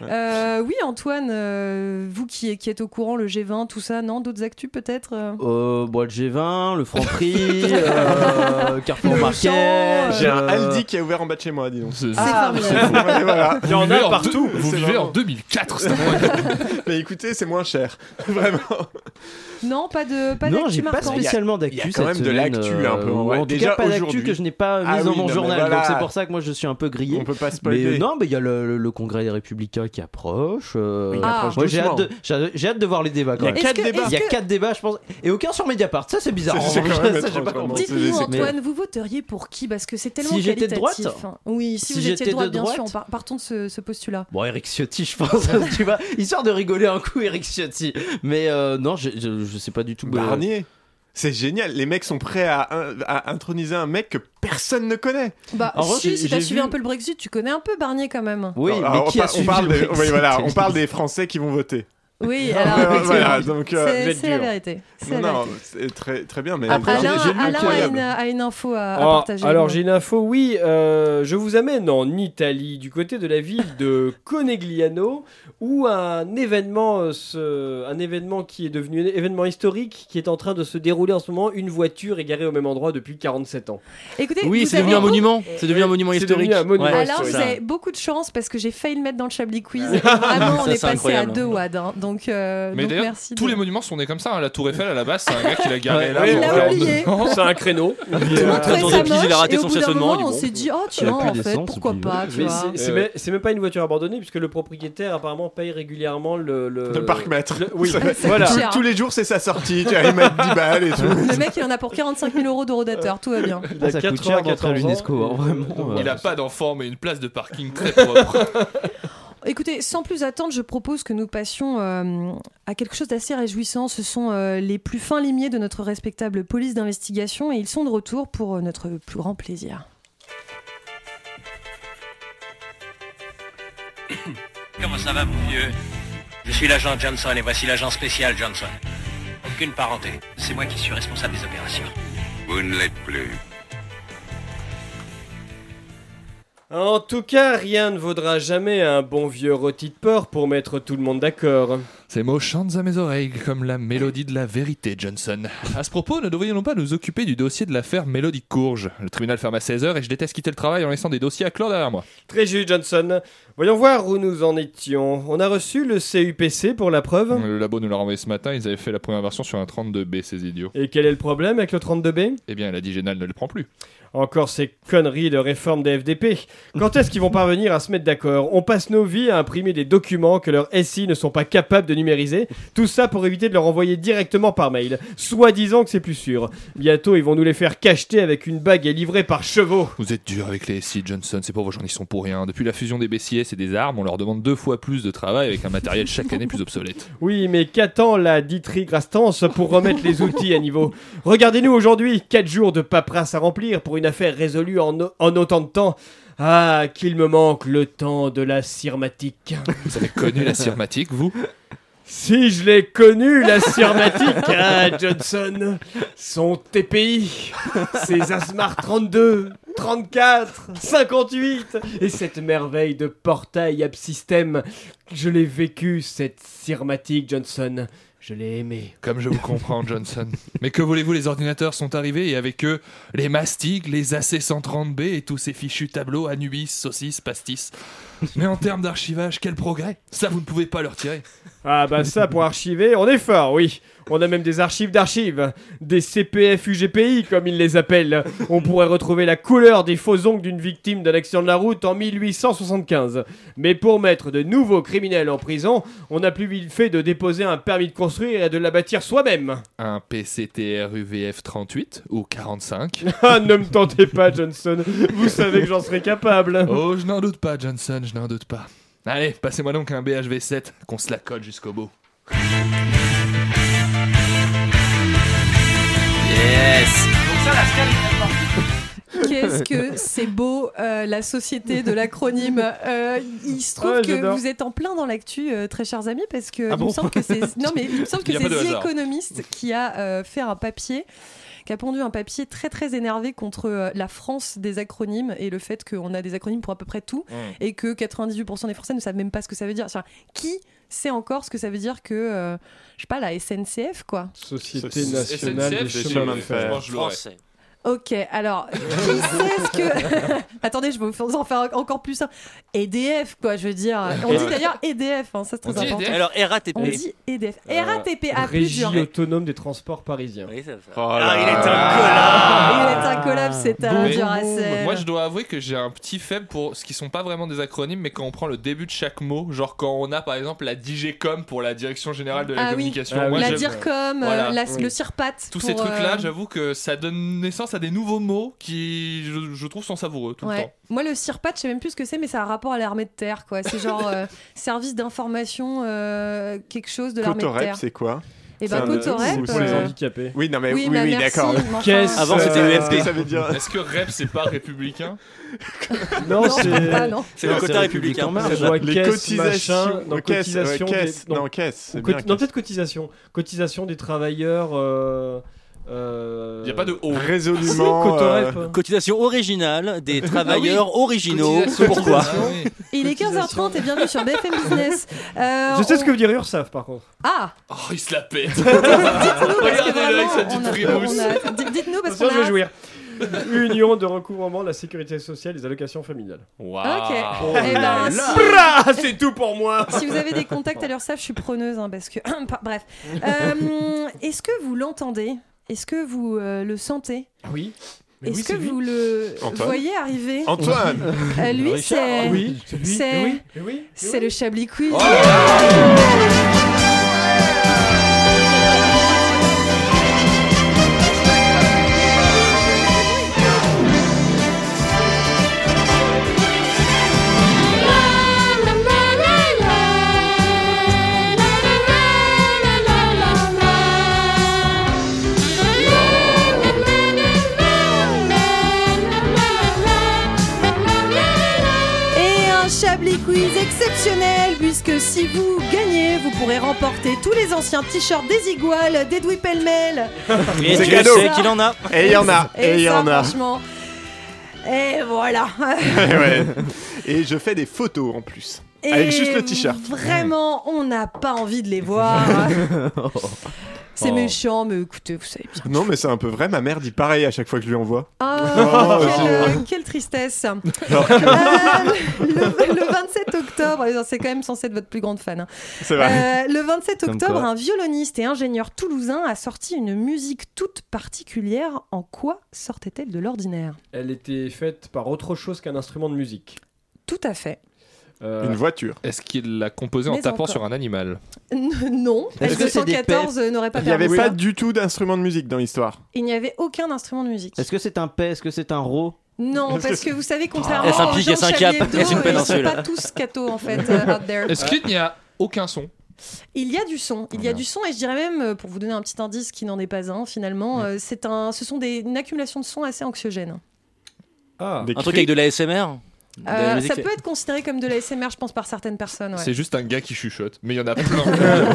Speaker 11: Ouais.
Speaker 8: Euh, oui, Antoine, euh, vous qui, qui êtes au courant, le G20, tout ça, non D'autres actus peut-être euh
Speaker 11: Euh, bois de G20, le Franprix, euh, Carrefour
Speaker 8: Le
Speaker 11: Market.
Speaker 8: Auchan,
Speaker 9: J'ai un
Speaker 11: euh,
Speaker 9: Aldi qui a ouvert en bas de chez moi, dis donc.
Speaker 10: C'est-
Speaker 8: Ah,
Speaker 10: c'est-
Speaker 8: formidable.
Speaker 10: c'est-
Speaker 9: Ouais, voilà.
Speaker 1: Il y en
Speaker 10: Vous vivez
Speaker 1: a partout.
Speaker 10: deux- Vous
Speaker 9: C'est
Speaker 10: vivez
Speaker 9: vraiment-
Speaker 10: en 2004, c'est
Speaker 9: Mais écoutez, c'est moins cher. Vraiment.
Speaker 8: Non, pas de pas
Speaker 11: non,
Speaker 8: d'actu
Speaker 11: j'ai pas
Speaker 8: marquant.
Speaker 11: spécialement
Speaker 9: il y a
Speaker 11: d'actu
Speaker 9: quand
Speaker 11: cette
Speaker 9: même de
Speaker 11: semaine,
Speaker 9: l'actu,
Speaker 11: euh,
Speaker 9: un peu,
Speaker 11: ou
Speaker 9: ouais.
Speaker 11: en tout
Speaker 9: Déjà,
Speaker 11: cas, pas d'actu
Speaker 9: aujourd'hui.
Speaker 11: que je n'ai pas
Speaker 9: Ah
Speaker 11: mise dans
Speaker 9: oui,
Speaker 11: mon
Speaker 9: non, mais
Speaker 11: journal.
Speaker 9: voilà.
Speaker 11: Donc c'est pour ça que moi je suis un peu grillé.
Speaker 9: On peut pas spoiler.
Speaker 11: Mais euh, non, mais il y a le, le- le congrès des républicains qui approche. euh,
Speaker 9: Oui, il
Speaker 8: Ah. approche
Speaker 11: moi, j'ai hâte,
Speaker 9: doucement.
Speaker 11: de, j'ai- j'ai hâte de voir les débats. Quand
Speaker 9: Il y a
Speaker 11: même.
Speaker 8: Est-ce
Speaker 9: quatre
Speaker 8: que-
Speaker 9: débats.
Speaker 8: est-ce
Speaker 11: Il y a
Speaker 8: que-
Speaker 11: quatre débats, je pense, et aucun sur Mediapart. Ça, c'est bizarre.
Speaker 9: C'est- c'est
Speaker 11: en revanche.
Speaker 9: quand même
Speaker 11: Ça, j'ai pas
Speaker 9: étrange,
Speaker 11: compris.
Speaker 9: vraiment.
Speaker 8: Dites-nous,
Speaker 9: C'est-
Speaker 8: Antoine, vous voteriez pour qui Parce que c'est tellement
Speaker 11: Si j'étais de
Speaker 8: qualitatif.
Speaker 11: droite
Speaker 8: hein. Oui, si,
Speaker 11: Si
Speaker 8: vous étiez
Speaker 11: j'étais
Speaker 8: de
Speaker 11: de
Speaker 8: droite, bien sûr,
Speaker 11: droite
Speaker 8: on par- partons de ce, ce postulat.
Speaker 11: Bon, Eric Ciotti, je pense, tu vois, histoire de rigoler un coup, Eric Ciotti. Mais euh, non, je, je, je sais pas du tout. euh,
Speaker 9: Barnier. C'est génial, les mecs sont prêts à, à introniser un mec que personne ne connaît.
Speaker 8: Bah,
Speaker 11: En revanche,
Speaker 8: si,
Speaker 11: j'ai-
Speaker 8: si t'as
Speaker 11: j'ai
Speaker 8: suivi
Speaker 11: vu-
Speaker 8: un peu le Brexit, tu connais un peu Barnier quand même.
Speaker 11: Oui,
Speaker 9: Alors,
Speaker 11: mais
Speaker 9: ah, on,
Speaker 11: qui
Speaker 9: par-
Speaker 11: a
Speaker 9: on
Speaker 11: suivi
Speaker 9: parle
Speaker 11: le
Speaker 9: des,
Speaker 11: Brexit
Speaker 9: oui, voilà, on parle des Français qui vont voter.
Speaker 8: Oui, alors.
Speaker 9: Euh, voilà, donc euh,
Speaker 8: c'est-
Speaker 1: vous êtes
Speaker 8: C'est la
Speaker 1: dur.
Speaker 8: vérité. C'est
Speaker 9: non,
Speaker 8: la
Speaker 9: non,
Speaker 8: vérité.
Speaker 9: c'est très, très bien, mais
Speaker 11: Après,
Speaker 9: j'ai-
Speaker 8: Alain,
Speaker 9: j'ai lu
Speaker 8: Alain a,
Speaker 9: incroyable.
Speaker 8: une, a une info à, à
Speaker 1: Ah,
Speaker 8: partager.
Speaker 1: alors j'ai une info, oui, euh, je vous amène en Italie, du côté de la ville de Conegliano, où un événement, euh, se- un événement qui est devenu un événement historique, qui est en train de se dérouler en ce moment, une voiture est garée au même endroit depuis 47 ans.
Speaker 8: Écoutez,
Speaker 13: Oui,
Speaker 8: vous
Speaker 13: c'est devenu
Speaker 8: avez-
Speaker 13: un monument. C'est devenu un monument
Speaker 1: C'est devenu
Speaker 13: historique.
Speaker 1: un monument
Speaker 13: Ouais,
Speaker 8: Alors,
Speaker 13: c'est
Speaker 8: vous
Speaker 13: ça.
Speaker 8: avez beaucoup de chance parce que j'ai failli le mettre dans le Chablis Quiz. Et vraiment, on
Speaker 13: Ça,
Speaker 8: est
Speaker 13: c'est
Speaker 8: passé
Speaker 13: incroyable.
Speaker 8: à deux wads. hein. Donc, euh,
Speaker 10: Mais
Speaker 8: donc
Speaker 10: d'ailleurs,
Speaker 8: merci.
Speaker 10: Tous
Speaker 8: de-
Speaker 10: les monuments sont nés comme ça. hein. La Tour Eiffel, à la base, c'est un gars qui l'a garé
Speaker 13: Ouais,
Speaker 10: là.
Speaker 1: ouais,
Speaker 10: pour
Speaker 1: il l'a
Speaker 10: faire-
Speaker 8: oublié.
Speaker 1: C'est un créneau.
Speaker 13: Tout le monde
Speaker 8: Très
Speaker 13: autour de la
Speaker 8: samoche,
Speaker 13: piste, il a raté
Speaker 8: et au
Speaker 13: son
Speaker 8: bout d'un
Speaker 13: stationnement.
Speaker 8: moment,
Speaker 13: il
Speaker 8: on
Speaker 13: dit,
Speaker 8: s'est dit, oh, tu
Speaker 11: Il a
Speaker 8: vois,
Speaker 11: plus
Speaker 8: en fait,
Speaker 11: d'essence,
Speaker 8: pourquoi
Speaker 11: puis-
Speaker 8: pas, tu
Speaker 1: Mais
Speaker 8: vois.
Speaker 1: c'est- c'est
Speaker 10: Euh,
Speaker 1: même- c'est même pas une voiture abandonnée, puisque le propriétaire apparemment paye régulièrement le. Le,
Speaker 9: Le parc-mètre.
Speaker 1: le- oui,
Speaker 9: Ça-
Speaker 1: voilà.
Speaker 8: cher.
Speaker 9: Tous, tous les jours, c'est sa sortie. Tu arrives à 10 balles et tout.
Speaker 8: Le mec, il en a pour 45 000 euros de rodateur, tout va bien.
Speaker 1: Il
Speaker 11: Ah,
Speaker 1: a
Speaker 11: ça coûte
Speaker 1: 80,
Speaker 11: cher d'entrer à
Speaker 1: 14 ans.
Speaker 11: l'UNESCO, hein, vraiment.
Speaker 10: bon,
Speaker 11: euh,
Speaker 10: Il a pas d'enfant, mais une place de parking très propre.
Speaker 8: Écoutez, sans plus attendre, je propose que nous passions euh, à quelque chose d'assez réjouissant. Ce sont euh, les plus fins limiers de notre respectable police d'investigation et ils sont de retour pour euh, notre plus grand plaisir.
Speaker 3: Comment ça va, mon vieux Je suis l'agent Johnson et voici l'agent spécial Johnson. Aucune parenté. C'est moi qui suis responsable des opérations.
Speaker 2: Vous ne l'êtes plus.
Speaker 1: En tout cas, rien ne vaudra jamais un bon vieux rôti de porc pour mettre tout le monde d'accord.
Speaker 10: Ces mots chantent à mes oreilles comme la mélodie de la vérité, Johnson. À ce propos, ne devrions-nous pas nous occuper du dossier de l'affaire Mélodie Courge Le tribunal ferme à 16h et je déteste quitter le travail en laissant des dossiers à clore derrière moi.
Speaker 1: Très juste, Johnson. Voyons voir où nous en étions. On a reçu le CUPC pour la preuve.
Speaker 10: Le labo nous l'a renvoyé ce matin, ils avaient fait la première version sur un 32B, ces idiots.
Speaker 1: Et quel est le problème avec le 32B
Speaker 10: Eh bien, la digénale ne le prend plus.
Speaker 1: Encore ces conneries de réforme des FDP. Quand est-ce qu'ils vont parvenir à se mettre d'accord On passe nos vies à imprimer des documents que leurs SI ne sont pas capables de numériser. Tout ça pour éviter de leur envoyer directement par mail. Soi-disant que c'est plus sûr. Bientôt, ils vont nous les faire cacheter avec une bague et livrer par chevaux.
Speaker 10: Vous êtes dur avec les SI, Johnson, ces pauvres gens n'y sont pour rien. Depuis la fusion des BCS et des armes, on leur demande deux fois plus de travail avec un matériel chaque année plus obsolète.
Speaker 1: Oui, mais qu'attend la Ditry Grastance pour remettre les outils à niveau Regardez-nous aujourd'hui, 4 jours de paperasse à remplir pour une affaire résolue en, au- en autant de temps. Ah, qu'il me manque le temps de la cirmatique.
Speaker 10: Vous avez connu la cirmatique, vous
Speaker 1: Si je l'ai connu, la cirmatique, ah, Johnson, son TPI, ses Asmar 32, 34, 58, et cette merveille de portail absystème. Je l'ai vécu, cette cirmatique, Johnson. Je l'ai aimé.
Speaker 10: Comme je vous comprends, Johnson. Mais que voulez-vous, les ordinateurs sont arrivés et avec eux, les mastiques, les AC-130B et tous ces fichus tableaux, Anubis, saucisses, pastis. Mais en termes d'archivage, quel progrès Ça, vous ne pouvez pas le retirer.
Speaker 1: Ah bah ça, pour archiver, on est fort, oui. On a même des archives d'archives, des CPF UGPI comme ils les appellent. On pourrait retrouver la couleur des faux ongles d'une victime d'un accident de la route en 1875. Mais pour mettre de nouveaux criminels en prison, on a plus vite fait de déposer un permis de construire et de l'abâtir soi-même.
Speaker 10: Un PCTR UVF 38 ou 45
Speaker 1: Ah, ne me tentez pas, Johnson. Vous savez que j'en serais capable.
Speaker 10: Oh, je n'en doute pas, Johnson, je n'en doute pas. Allez, passez-moi donc un BHV7, qu'on se la colle jusqu'au bout.
Speaker 8: Qu'est-ce que c'est beau euh, la société de l'acronyme. Euh, il se trouve
Speaker 1: Ouais,
Speaker 8: que
Speaker 1: j'adore.
Speaker 8: vous êtes en plein dans l'actu, euh, très chers amis, parce que
Speaker 1: Ah
Speaker 8: il me
Speaker 1: bon
Speaker 8: semble que c'est non mais il me semble que
Speaker 1: Il y a
Speaker 8: c'est
Speaker 1: pas de
Speaker 8: The
Speaker 1: hasard.
Speaker 8: Economist qui a euh, fait un papier qui a pondu un papier très très énervé contre euh, la France des acronymes et le fait qu'on a des acronymes pour à peu près tout
Speaker 13: Mm.
Speaker 8: et que 98% des Français ne savent même pas ce que ça veut dire. Enfin, qui sait encore ce que ça veut dire que euh, je sais pas la SNCF quoi
Speaker 1: Société nationale des chemins de fer.
Speaker 12: Français.
Speaker 8: Ok, alors, qui sait ce que... Attendez, je vais vous en faire encore plus un. EDF, quoi, je veux dire. On dit d'ailleurs EDF, hein, ça c'est
Speaker 1: On
Speaker 8: très
Speaker 1: dit
Speaker 10: E
Speaker 8: important.
Speaker 1: EDF. Alors, RATP.
Speaker 8: On dit E EDF.
Speaker 1: Euh,
Speaker 8: RATP a plus
Speaker 1: Régie
Speaker 8: dur.
Speaker 1: autonome des transports parisiens.
Speaker 10: Ah, il est un
Speaker 8: Ah, il est un collab, c'est un
Speaker 10: Mais
Speaker 8: Duracell.
Speaker 10: Moi, je dois avouer que j'ai un petit faible pour ce qui sont pas vraiment des acronymes, mais quand on prend le début de chaque mot, genre quand on a par exemple la DGCOM pour la Direction Générale de la
Speaker 8: Ah oui.
Speaker 10: Communication, moi,
Speaker 8: la
Speaker 10: j'aime-
Speaker 8: DIRCOM, euh,
Speaker 10: Voilà.
Speaker 8: la-
Speaker 10: Oui.
Speaker 8: le CIRPAT.
Speaker 10: Tous
Speaker 8: pour,
Speaker 10: ces trucs-là,
Speaker 8: euh,
Speaker 10: j'avoue que ça donne naissance à des nouveaux mots qui, je, je trouve, sont savoureux tout
Speaker 8: ouais.
Speaker 10: le temps.
Speaker 8: Moi, le CIRPAT, je sais même plus ce que c'est, mais ça a un rapport à l'armée de terre, quoi. C'est genre euh, service d'information, euh, quelque chose de l'armée de
Speaker 9: Cotorep,
Speaker 8: terre.
Speaker 9: c'est quoi
Speaker 8: Eh ben,
Speaker 9: C'est un-
Speaker 8: Cotorep,
Speaker 9: c'est-
Speaker 8: Pour les
Speaker 1: handicapés.
Speaker 9: Oui, non, mais
Speaker 8: Oui,
Speaker 9: oui,
Speaker 8: bah,
Speaker 9: oui,
Speaker 8: merci,
Speaker 9: d'accord.
Speaker 8: mais enfin- Qu'est-ce-
Speaker 9: Avant, c'était
Speaker 10: Euh,
Speaker 9: UFP. Ça veut dire.
Speaker 10: Est-ce que REP c'est pas républicain
Speaker 1: Non, Non, c'est- c'est pas, non.
Speaker 9: C'est le quota républicain.
Speaker 1: Ça doit
Speaker 9: Les
Speaker 1: caisse,
Speaker 9: cotisations-
Speaker 1: machin, non,
Speaker 9: caisse,
Speaker 1: cotisation
Speaker 9: ouais, caisse,
Speaker 1: des-
Speaker 9: non, caisse, c'est
Speaker 1: ou
Speaker 9: bien
Speaker 1: coti-
Speaker 9: caisse.
Speaker 1: non, peut-être cotisation. Cotisation des travailleurs. Euh, euh...
Speaker 10: Y a pas de O.
Speaker 1: Ah, si,
Speaker 8: euh,
Speaker 1: Cotorep.
Speaker 12: Cotisation originale
Speaker 9: Ah
Speaker 12: des travailleurs originaux.
Speaker 1: Cotisation.
Speaker 12: Pourquoi
Speaker 1: Cotisation.
Speaker 8: Il est 15h30 et bienvenue sur BFM Business. Euh,
Speaker 1: Je sais
Speaker 8: on-
Speaker 1: ce que veut dire URSAF par contre.
Speaker 8: Ah
Speaker 10: Oh, il se la pète.
Speaker 1: Regardez
Speaker 10: Regardez-le avec sa
Speaker 8: on
Speaker 10: petite
Speaker 8: a-
Speaker 10: frimousse.
Speaker 8: on a- dites- Dites-nous parce qu'on
Speaker 1: Attention, je vais
Speaker 8: a...
Speaker 1: jouir. Union de recouvrement de la sécurité sociale et des allocations familiales.
Speaker 8: Ok.
Speaker 1: Oh
Speaker 8: Eh ben,
Speaker 1: là
Speaker 8: si-
Speaker 1: là. Brah, C'est tout pour moi.
Speaker 8: Si vous avez des contacts à l'URSSAF, je suis preneuse hein, parce que. Pas- Bref. Euh, Est-ce que vous l'entendez Est-ce que vous euh, le sentez
Speaker 1: Oui. Mais
Speaker 8: Est-ce
Speaker 1: oui,
Speaker 8: que
Speaker 1: c'est lui.
Speaker 8: vous le
Speaker 1: Antoine.
Speaker 8: voyez arriver
Speaker 1: Antoine.
Speaker 8: Euh, Lui,
Speaker 1: Richard. Ah
Speaker 8: c'est.
Speaker 1: Oui, c'est lui. Eh
Speaker 8: c'est-
Speaker 1: Oui, oui, Oh
Speaker 8: C'est le Chablis Quiz. Et un Chablis Quiz exceptionnel, puisque si vous gagnez, vous pourrez remporter tous les anciens t-shirts des Iguales, des Douy Pellemel.
Speaker 12: Et
Speaker 9: C'est
Speaker 12: tu
Speaker 9: cadeau.
Speaker 12: sais qu'il en a.
Speaker 9: Et il y en a. Et il y
Speaker 8: ça,
Speaker 9: en a.
Speaker 8: Franchement. Et voilà.
Speaker 9: Ouais. Et je fais des photos en plus.
Speaker 8: Et
Speaker 9: Avec juste le t-shirt.
Speaker 8: Vraiment, on n'a pas envie de les voir. C'est
Speaker 9: Oh.
Speaker 8: méchant, mais écoutez, vous savez bien.
Speaker 9: Non, mais c'est un peu vrai. Ma mère dit pareil à chaque fois que je lui envoie.
Speaker 8: Ah,
Speaker 9: Oh,
Speaker 8: quelle, euh,
Speaker 9: c'est-
Speaker 8: quelle tristesse.
Speaker 9: Alors que-
Speaker 8: le, le 27 octobre, euh, c'est quand même censé être votre plus grande fan. hein.
Speaker 9: C'est vrai.
Speaker 8: Euh, le 27
Speaker 9: Comme
Speaker 8: octobre,
Speaker 9: quoi.
Speaker 8: un violoniste et ingénieur toulousain a sorti une musique toute particulière. En quoi sortait-elle de l'ordinaire
Speaker 1: Elle était faite par autre chose qu'un instrument de musique.
Speaker 8: Tout à fait.
Speaker 1: Euh,
Speaker 9: voiture.
Speaker 10: Est-ce qu'il l'a composé en
Speaker 8: Mais
Speaker 10: tapant
Speaker 8: encore.
Speaker 10: sur un animal
Speaker 8: N- non,
Speaker 9: Est-ce que c'est des
Speaker 8: 214
Speaker 9: pets
Speaker 8: euh, n'aurait pas
Speaker 9: Il n'y avait
Speaker 8: permis
Speaker 9: pas
Speaker 8: ça.
Speaker 9: du tout d'instrument de musique dans l'histoire.
Speaker 8: Il n'y avait aucun instrument de musique.
Speaker 11: Est-ce que c'est un paix Est-ce que c'est un ro
Speaker 8: Non, parce que vous savez,
Speaker 9: Ah,
Speaker 8: contrairement
Speaker 11: Est-ce un
Speaker 8: aux
Speaker 11: pic,
Speaker 8: gens
Speaker 11: est-ce un
Speaker 8: de
Speaker 11: cap,
Speaker 8: Charlie Hebdo,
Speaker 11: est-ce une
Speaker 8: ils sont
Speaker 11: péninsule
Speaker 8: pas tous cathos en fait. euh, out there.
Speaker 10: Est-ce qu'il n'y a aucun son
Speaker 8: Il y a du son, il y a du son et je dirais même, euh, pour vous donner un petit indice qui n'en est pas un finalement, euh, c'est un, ce sont des, une accumulation de sons assez anxiogène.
Speaker 12: Un truc avec de la SMR
Speaker 8: Euh, ça peut être considéré comme de la SMR, je pense, par certaines personnes. ouais.
Speaker 10: C'est juste un gars qui chuchote, mais il y en a plein.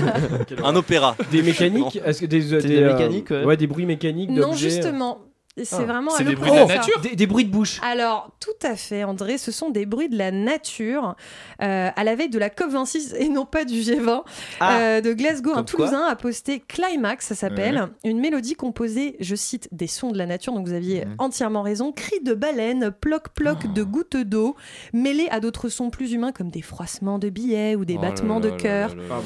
Speaker 12: Un opéra.
Speaker 1: Des mécaniques Est-ce que des, euh,
Speaker 10: C'est
Speaker 1: des,
Speaker 10: des
Speaker 1: euh,
Speaker 10: mécaniques, ouais.
Speaker 1: ouais, des bruits mécaniques
Speaker 8: Non,
Speaker 1: d'objets, euh.
Speaker 8: justement. Et C'est
Speaker 1: Ah.
Speaker 8: vraiment
Speaker 1: C'est
Speaker 8: à
Speaker 1: des
Speaker 8: l'opposé
Speaker 1: bruits de la
Speaker 8: ça.
Speaker 1: nature Des- des bruits de bouche.
Speaker 8: Alors, tout à fait, André, ce sont des bruits de la nature. Euh, à la veille de la COP26 et non pas du G20
Speaker 13: Ah.
Speaker 8: euh, de Glasgow, un
Speaker 13: Comme quoi.
Speaker 8: Toulousain a posté Climax, ça s'appelle,
Speaker 13: Ouais.
Speaker 8: une mélodie composée, je cite, des sons de la nature, donc vous aviez
Speaker 10: Mhm.
Speaker 8: entièrement raison, cris de baleine, ploc-ploc
Speaker 1: Oh.
Speaker 8: de gouttes d'eau, mêlés à d'autres sons plus humains comme des froissements de billets ou des
Speaker 10: Oh là
Speaker 8: battements
Speaker 10: là
Speaker 8: de
Speaker 10: là
Speaker 8: cœur.
Speaker 10: là là là là.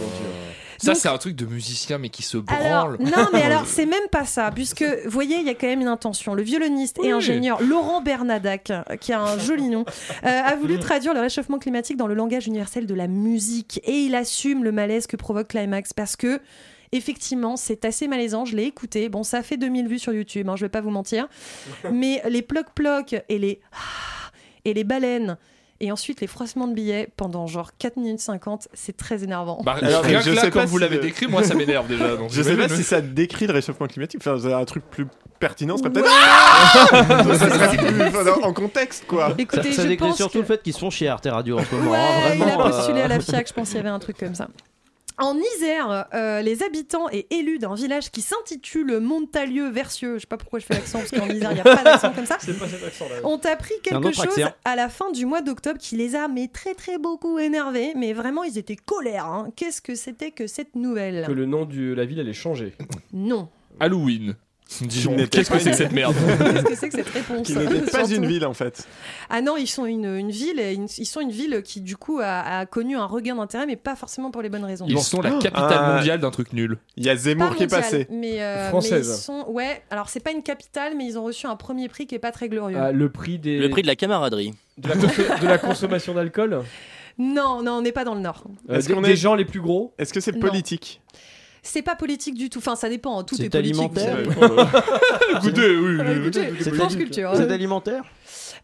Speaker 10: Ça, c'est un truc de musicien, mais qui se
Speaker 8: Alors,
Speaker 10: branle.
Speaker 8: non, mais alors, c'est même pas ça, puisque, vous voyez, il y a quand même une intention. Le violoniste et
Speaker 10: Oui.
Speaker 8: ingénieur Laurent Bernadac, euh, qui a un joli nom, euh, a voulu traduire le réchauffement climatique dans le langage universel de la musique. Et il assume le malaise que provoque Climax, parce que. Effectivement, c'est assez malaisant, je l'ai écouté. Bon, ça fait 2000 vues sur YouTube, hein, je vais pas vous mentir. Mais ah, les ploc-ploc et les et les baleines Et ensuite, les frossements de billets pendant genre 4 minutes 50, c'est très énervant.
Speaker 10: Bah, alors,
Speaker 9: Mais
Speaker 10: rien que là,
Speaker 9: sais pas
Speaker 10: comme vous
Speaker 9: si
Speaker 10: l'avez
Speaker 9: le-
Speaker 10: décrit, moi, ça m'énerve déjà, donc
Speaker 9: je sais pas
Speaker 10: j'imagine.
Speaker 9: si ça décrit le réchauffement climatique. Enfin, un truc plus pertinent serait peut-être.
Speaker 8: Ouais.
Speaker 9: Ah ça serait plus enfin, en contexte, quoi.
Speaker 8: Écoutez,
Speaker 11: ça
Speaker 8: je
Speaker 11: décrit
Speaker 8: pense
Speaker 11: surtout
Speaker 8: que-
Speaker 11: le fait qu'ils sont chez Arte Radio en ce moment.
Speaker 8: Ouais,
Speaker 11: hein, vraiment,
Speaker 8: il a postulé
Speaker 11: euh,
Speaker 8: à la FIAC, je pense qu'il y avait un truc comme ça. En Isère, euh, les habitants et élus d'un village qui s'intitule Montalieu-Versieux, je sais pas pourquoi je fais l'accent, parce qu'en Isère, il n'y a pas d'accent comme ça, ont appris
Speaker 13: C'est un
Speaker 8: quelque
Speaker 13: autre
Speaker 8: chose
Speaker 13: accent.
Speaker 8: à la fin du mois d'octobre qui les a mais très très beaucoup énervés, mais vraiment ils étaient colères. hein. Qu'est-ce que c'était que cette nouvelle
Speaker 1: Que le nom de la ville allait changer.
Speaker 8: Non.
Speaker 10: Halloween. Dijon,
Speaker 9: n'était
Speaker 10: qu'est-ce
Speaker 9: pas
Speaker 10: que c'est
Speaker 9: une-
Speaker 10: que cette merde
Speaker 8: Qu'est-ce que c'est que cette réponse
Speaker 9: Qui n'était pas
Speaker 8: Surtout.
Speaker 9: une ville, en fait.
Speaker 8: Ah non, ils sont une, une ville, et une- ils sont une ville qui du coup a, a connu un regain d'intérêt, mais pas forcément pour les bonnes raisons.
Speaker 10: Ils sont la capitale
Speaker 9: Ah.
Speaker 10: mondiale d'un truc nul.
Speaker 9: Il y a Zemmour
Speaker 8: Pas
Speaker 9: qui est
Speaker 8: mondiale,
Speaker 9: passé.
Speaker 8: Mais, euh, mais ils sont, ouais, alors c'est pas une capitale, mais ils ont reçu un premier prix qui est pas très glorieux.
Speaker 1: Ah, le prix des.
Speaker 12: Le prix de la camaraderie.
Speaker 1: De la, conso- de la consommation d'alcool
Speaker 8: Non, non, on n'est pas dans le Nord.
Speaker 1: Euh, des, des gens les plus gros
Speaker 9: Est-ce que c'est
Speaker 8: Non.
Speaker 9: politique
Speaker 8: C'est pas politique du tout. Enfin, ça dépend. hein, Tout
Speaker 9: C'est
Speaker 8: est, politique. vous
Speaker 11: alimentaire
Speaker 8: savez.
Speaker 9: Écoutez, oui.
Speaker 8: Écoutez, c'est France Culture. hein.
Speaker 11: C'est alimentaire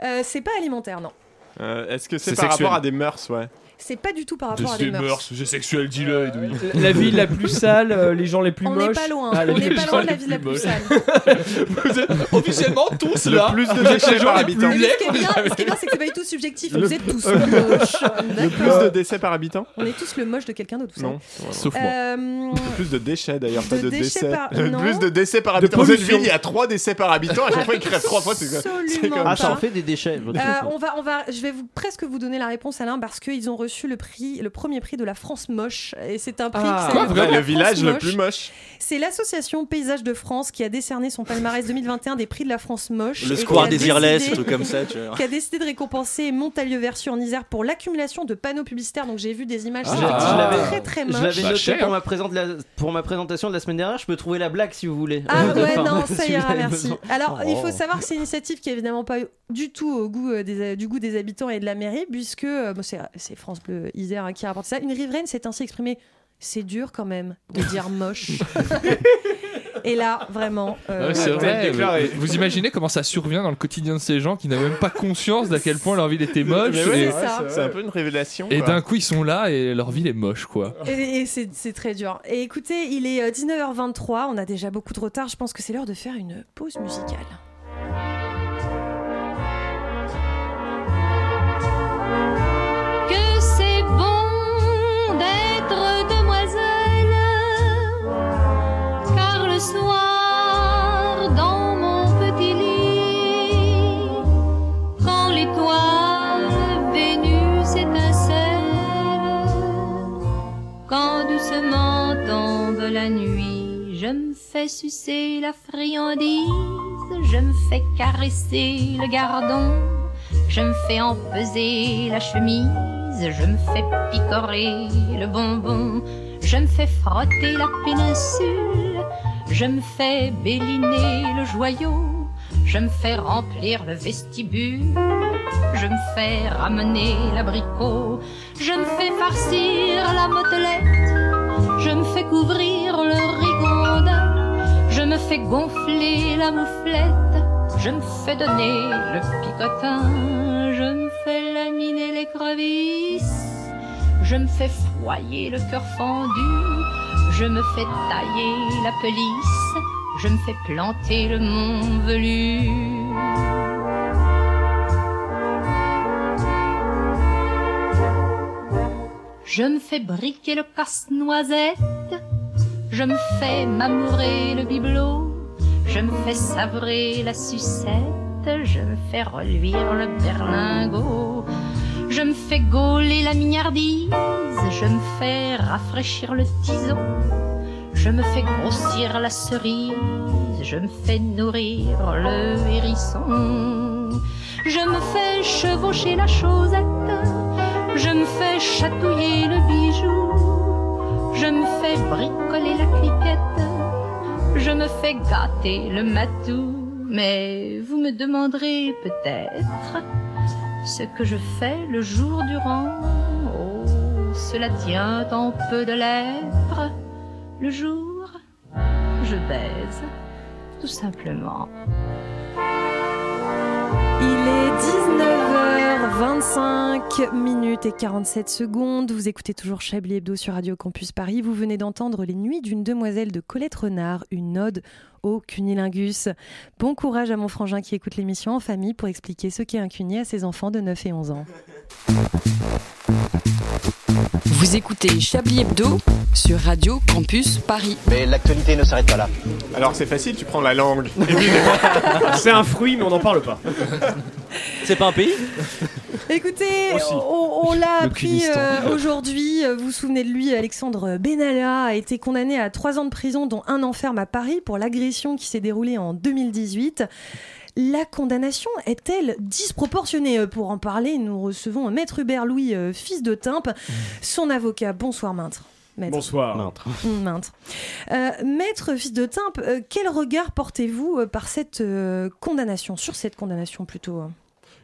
Speaker 8: Euh, c'est pas alimentaire, non.
Speaker 9: Euh, Est-ce que c'est
Speaker 10: C'est
Speaker 9: par
Speaker 10: sexuel.
Speaker 9: rapport à des mœurs, ouais
Speaker 8: C'est pas du tout par rapport à des
Speaker 10: C'est des
Speaker 8: mœurs.
Speaker 10: mœurs, c'est sexuel, dis-le, Edoui.
Speaker 1: Euh, La ville la plus sale, euh, les gens les plus
Speaker 8: On
Speaker 1: moches.
Speaker 8: n'est pas loin.
Speaker 1: Ah, les-
Speaker 8: on n'est
Speaker 1: les
Speaker 8: pas
Speaker 1: gens
Speaker 8: loin de la
Speaker 1: les
Speaker 8: ville la plus
Speaker 1: moches.
Speaker 8: sale.
Speaker 10: Vous êtes officiellement tous
Speaker 9: Le
Speaker 10: là.
Speaker 9: plus de
Speaker 10: Vous êtes
Speaker 9: déchets
Speaker 10: les gens
Speaker 9: par
Speaker 10: les
Speaker 9: habitant.
Speaker 10: plus
Speaker 8: Mais
Speaker 10: laids
Speaker 8: ce qui est
Speaker 10: qu'on
Speaker 8: bien,
Speaker 10: a
Speaker 8: ce qui est bien, c'est que c'est pas du tout subjectif.
Speaker 9: Le-
Speaker 8: Vous êtes tous moches.
Speaker 9: Le plus de décès par habitant
Speaker 8: On est tous le moche de quelqu'un d'autre. vous
Speaker 9: Non.
Speaker 8: savez.
Speaker 9: Sauf moi.
Speaker 8: Euh,
Speaker 9: Le plus de déchets d'ailleurs, pas
Speaker 8: De
Speaker 9: de
Speaker 8: déchets
Speaker 9: décès.
Speaker 8: par-
Speaker 9: Le
Speaker 8: non.
Speaker 9: plus de décès par
Speaker 1: De
Speaker 9: habitant. Dans cette
Speaker 1: pollution.
Speaker 9: ville, il y a 3 décès par habitant. À chaque fois, ils crèvent 3 fois. C'est c'est
Speaker 8: Absolument
Speaker 9: comme
Speaker 11: Ah, ça en
Speaker 8: pas.
Speaker 11: fait des déchets.
Speaker 8: Euh, on va, on va, je vais vous, presque vous donner la réponse, Alain, parce qu'ils ont reçu le prix, le premier prix de la France moche, et c'est un prix.
Speaker 9: Ah,
Speaker 8: qui
Speaker 9: quoi,
Speaker 8: s'appelle
Speaker 9: vrai,
Speaker 8: la
Speaker 9: le
Speaker 8: France
Speaker 9: village le plus moche.
Speaker 8: C'est l'association Paysage de France qui a décerné son palmarès 2021 des prix de la France moche.
Speaker 12: Le
Speaker 8: et qui
Speaker 12: square
Speaker 8: a
Speaker 12: des Irlès,
Speaker 8: décidé-
Speaker 12: un truc comme ça, tu vois.
Speaker 8: Qui a décidé de récompenser Montalieu-Versu en Isère pour l'accumulation de panneaux publicitaires. Donc j'ai vu des images,
Speaker 11: Ah,
Speaker 8: c'est
Speaker 11: je l'avais-
Speaker 8: très très
Speaker 11: Je
Speaker 8: moche.
Speaker 11: l'avais
Speaker 10: Bah,
Speaker 11: noté
Speaker 10: cher,
Speaker 11: pour
Speaker 10: hein.
Speaker 11: ma, présente- la- pour ma présentation de la semaine dernière. Je peux trouver la blague si vous voulez.
Speaker 8: Ah ouais,
Speaker 11: Enfin,
Speaker 8: non,
Speaker 11: si
Speaker 8: ça
Speaker 11: vous
Speaker 8: ira,
Speaker 11: avez
Speaker 8: merci.
Speaker 11: besoin.
Speaker 8: Alors, il
Speaker 11: Oh.
Speaker 8: faut savoir que c'est une initiative qui est évidemment pas du tout au goût euh, des, du goût des habitants et de la mairie, puisque euh, bon, c'est c'est France Bleu Isère hein, qui a rapporté ça. Une riveraine s'est ainsi exprimée. C'est dur quand même de dire moche. et là, vraiment. euh,
Speaker 10: Ouais, c'est
Speaker 1: Ouais,
Speaker 10: vrai.
Speaker 1: ouais, déclaré.
Speaker 10: vous- Vous imaginez comment ça survient dans le quotidien de ces gens qui n'avaient même pas conscience d'à quel point leur ville était moche
Speaker 9: Mais ouais,
Speaker 10: et-
Speaker 8: ça.
Speaker 9: C'est un peu une révélation.
Speaker 10: Et
Speaker 9: quoi.
Speaker 10: d'un coup, ils sont là et leur ville est moche, quoi.
Speaker 8: Et, et c'est c'est très dur. Et écoutez, il est euh, 19h23, on a déjà beaucoup de retard, je pense que c'est l'heure de faire une pause musicale.
Speaker 14: que c'est bon d'être demoiselle, car le soir, dans mon petit lit, quand l'étoile Vénus étincelle, quand doucement tombe la nuit, je me fais sucer la friandise, je me fais caresser le gardon, je me fais empeser la chemise, je me fais picorer le bonbon, je me fais frotter la péninsule, je me fais béliner le joyau, je me fais remplir le vestibule, je me fais ramener l'abricot, je me fais farcir la motelette, je me fais couvrir le rigondin, je me fais gonfler la mouflette, je me fais donner le picotin, je me fais laminer les crevisses, je me fais froyer le cœur fendu, je me fais tailler la pelisse, je me fais planter le mont velu. Je me fais briquer le casse-noisette, je me fais m'amourer le bibelot, je me fais savrer la sucette, je me fais reluire le berlingot, je me fais gauler la mignardise, je me fais rafraîchir le tison, je me fais grossir la cerise, je me fais nourrir le hérisson, je me fais chevaucher la chaussette. Je me fais chatouiller le bijou, je me fais bricoler la cliquette, je me fais gâter le matou. Mais vous me demanderez peut-être ce que je fais le jour durant. Oh, cela tient en peu de lèvres. Le jour, je baise, tout simplement.
Speaker 8: Il est 19h 25 minutes et 47 secondes. Vous écoutez toujours Chablis Hebdo sur Radio Campus Paris. Vous venez d'entendre Les Nuits d'une demoiselle de Colette Renard, une ode au cunilingus. Bon courage à mon frangin qui écoute l'émission en famille pour expliquer ce qu'est un cuni à ses enfants de 9 et 11 ans.
Speaker 7: Vous écoutez Chablis Hebdo sur Radio Campus Paris.
Speaker 9: Mais l'actualité ne s'arrête pas là. Alors c'est facile, tu prends la langue.
Speaker 1: c'est un fruit, mais on n'en parle pas.
Speaker 12: C'est pas un pays
Speaker 8: Écoutez,
Speaker 12: Aussi.
Speaker 8: on, on l'a
Speaker 12: Le
Speaker 8: appris
Speaker 12: Kyrgyzstan.
Speaker 8: euh, aujourd'hui. Euh, Vous vous souvenez de lui, Alexandre Benalla a été condamné à trois ans de prison, dont un an ferme à Paris, pour l'agression qui s'est déroulée en 2018. La condamnation est-elle disproportionnée Euh, Pour en parler, nous recevons Maître Hubert Louis, euh, fils de Timpe,
Speaker 12: Mmh.
Speaker 8: son avocat. Bonsoir, Maître. Maître.
Speaker 1: Bonsoir.
Speaker 8: Hum, mince. Euh, maître, fils de Timpe, euh, quel regard portez-vous euh, par cette euh, condamnation, sur cette condamnation plutôt hein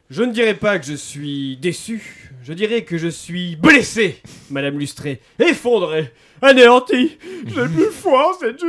Speaker 1: Je ne dirais pas que je suis déçu, je dirais que je suis blessé, Madame Lustré, effondré, anéanti. J'ai plus foi en cette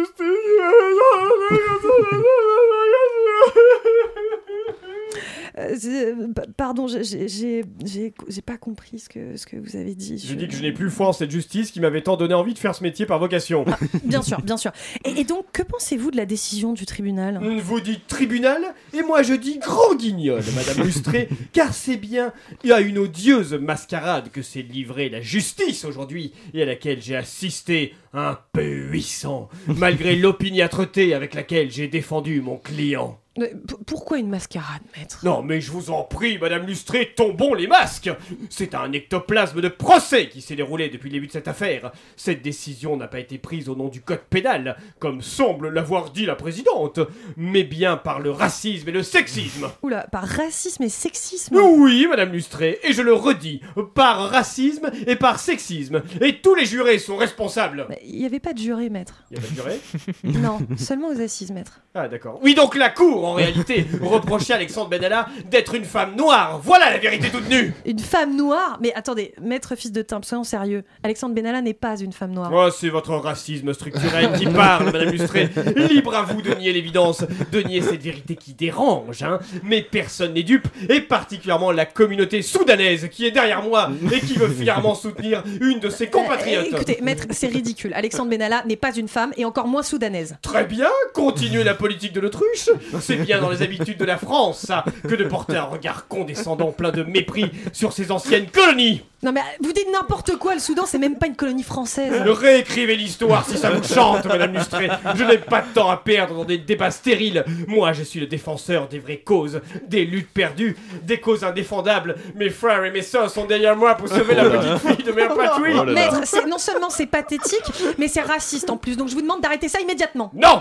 Speaker 8: Euh, c'est- euh, pa- pardon, j'ai- j'ai j'ai- j'ai- j'ai pas compris ce que, ce que vous avez dit.
Speaker 1: Je dis que je n'ai plus foi en cette justice qui m'avait tant donné envie de faire ce métier par vocation.
Speaker 8: Bien sûr, bien sûr. Et, et donc, que pensez-vous de la décision du tribunal
Speaker 1: Vous dites tribunal et moi je dis grand guignol, Madame Lustré, car c'est bien à une odieuse mascarade que s'est livrée la justice aujourd'hui et à laquelle j'ai assisté un puissant, malgré l'opiniâtreté avec laquelle j'ai défendu mon client.
Speaker 8: Mais p- Pourquoi une mascarade, maître
Speaker 1: Non, mais je vous en prie, Madame Lustré, tombons les masques C'est un ectoplasme de procès qui s'est déroulé depuis le début de cette affaire. Cette décision n'a pas été prise au nom du code pénal, comme semble l'avoir dit la présidente, mais bien par le racisme et le sexisme.
Speaker 8: Oula, par racisme et sexisme
Speaker 1: Oui, Madame Lustré, et je le redis, par racisme et par sexisme, et tous les jurés sont responsables.
Speaker 8: Il n'y avait pas de juré, maître.
Speaker 1: Il y a pas de juré
Speaker 8: Non, seulement aux assises, maître.
Speaker 1: Ah d'accord. Oui, donc la cour, en réalité, reprochait à Alexandre Benalla d'être une femme noire. Voilà la vérité toute nue.
Speaker 8: Une femme noire Mais attendez, maître fils de timbre, soyons sérieux. Alexandre Benalla n'est pas une femme noire.
Speaker 1: Oh, c'est votre racisme structurel qui parle, Madame Lustré. Libre à vous de nier l'évidence, de nier cette vérité qui dérange, hein. Mais personne n'est dupe, et particulièrement la communauté soudanaise qui est derrière moi et qui veut fièrement soutenir une de ses compatriotes.
Speaker 8: Eh, Écoutez, maître, c'est ridicule. Alexandre Benalla n'est pas une femme et encore moins soudanaise.
Speaker 1: Très bien, continuez la politique de l'autruche. C'est bien dans les habitudes de la France, ça, que de porter un regard condescendant plein de mépris sur ses anciennes colonies.
Speaker 8: Non mais euh, vous dites n'importe quoi, le Soudan c'est même pas une colonie française.
Speaker 1: Réécrivez l'histoire si ça vous chante, Madame Lustré. Je n'ai pas de temps à perdre dans des débats stériles. Moi, je suis le défenseur des vraies causes, des luttes perdues, des causes indéfendables. Mes frères et mes sœurs sont derrière moi pour sauver la
Speaker 13: Oh là là.
Speaker 1: petite fille de mère patrie.
Speaker 13: Oh là là.
Speaker 8: Maître, c'est- non seulement c'est pathétique, mais c'est raciste en plus. Donc je vous demande d'arrêter ça immédiatement.
Speaker 1: Non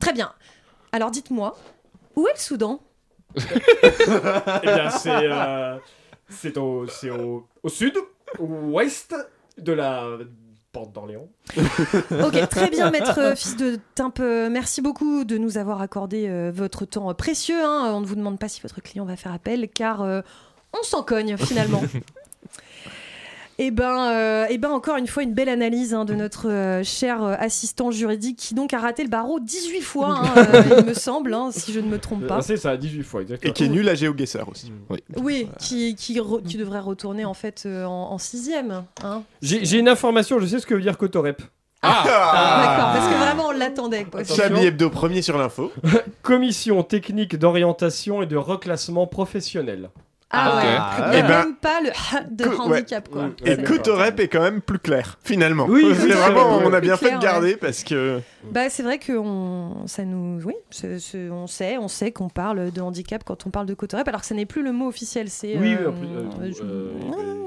Speaker 8: Très bien. Alors dites-moi, où est le Soudan
Speaker 1: Eh bien, c'est euh, c'est au, c'est au, au sud, ouest de la porte d'Orléans.
Speaker 8: Ok, très bien, maître euh, fils de Timpe. euh, Merci beaucoup de nous avoir accordé euh, votre temps euh, précieux. hein. On ne vous demande pas si votre client va faire appel, car euh, on s'en cogne finalement. Eh ben, euh, eh ben, encore une fois, une belle analyse hein, de notre euh, cher euh, assistant juridique qui donc a raté le barreau 18 fois, hein, euh, il me semble, hein, si je ne me trompe pas.
Speaker 1: C'est ça, 18 fois, exactement.
Speaker 9: Et qui est nul à GeoGuessr aussi.
Speaker 8: Oui, qui, qui, re- qui devrait retourner en fait euh, en, en sixième. hein.
Speaker 1: J'ai j'ai une information, je sais ce que veut dire Ah Cotorep.
Speaker 8: Ah, D'accord, parce que vraiment on l'attendait. quoi.
Speaker 9: Chablis Ah Hebdo premier sur l'info.
Speaker 1: Commission technique d'orientation et de reclassement professionnel.
Speaker 8: Ah ouais.
Speaker 9: Ah,
Speaker 8: Il n'y a
Speaker 9: eh
Speaker 1: Bah,
Speaker 9: ben,
Speaker 8: même pas le ha de
Speaker 9: que- ouais.
Speaker 8: handicap
Speaker 1: Mm.
Speaker 8: quoi.
Speaker 9: Et
Speaker 8: C'est-
Speaker 9: Cotorep est quand même plus clair, finalement.
Speaker 1: Oui,
Speaker 9: c'est
Speaker 1: oui,
Speaker 9: vraiment,
Speaker 1: oui,
Speaker 9: on a
Speaker 1: oui,
Speaker 9: bien
Speaker 8: plus
Speaker 9: fait
Speaker 8: clair,
Speaker 9: de garder
Speaker 8: ouais.
Speaker 9: parce que.
Speaker 8: Bah c'est vrai que on, ça nous, oui, c'est- c'est- on sait, on sait qu'on parle de handicap quand on parle de cotorep, alors que ce n'est plus le mot officiel, c'est.
Speaker 1: Oui,
Speaker 8: euh,
Speaker 1: oui, en plus, euh,
Speaker 8: je-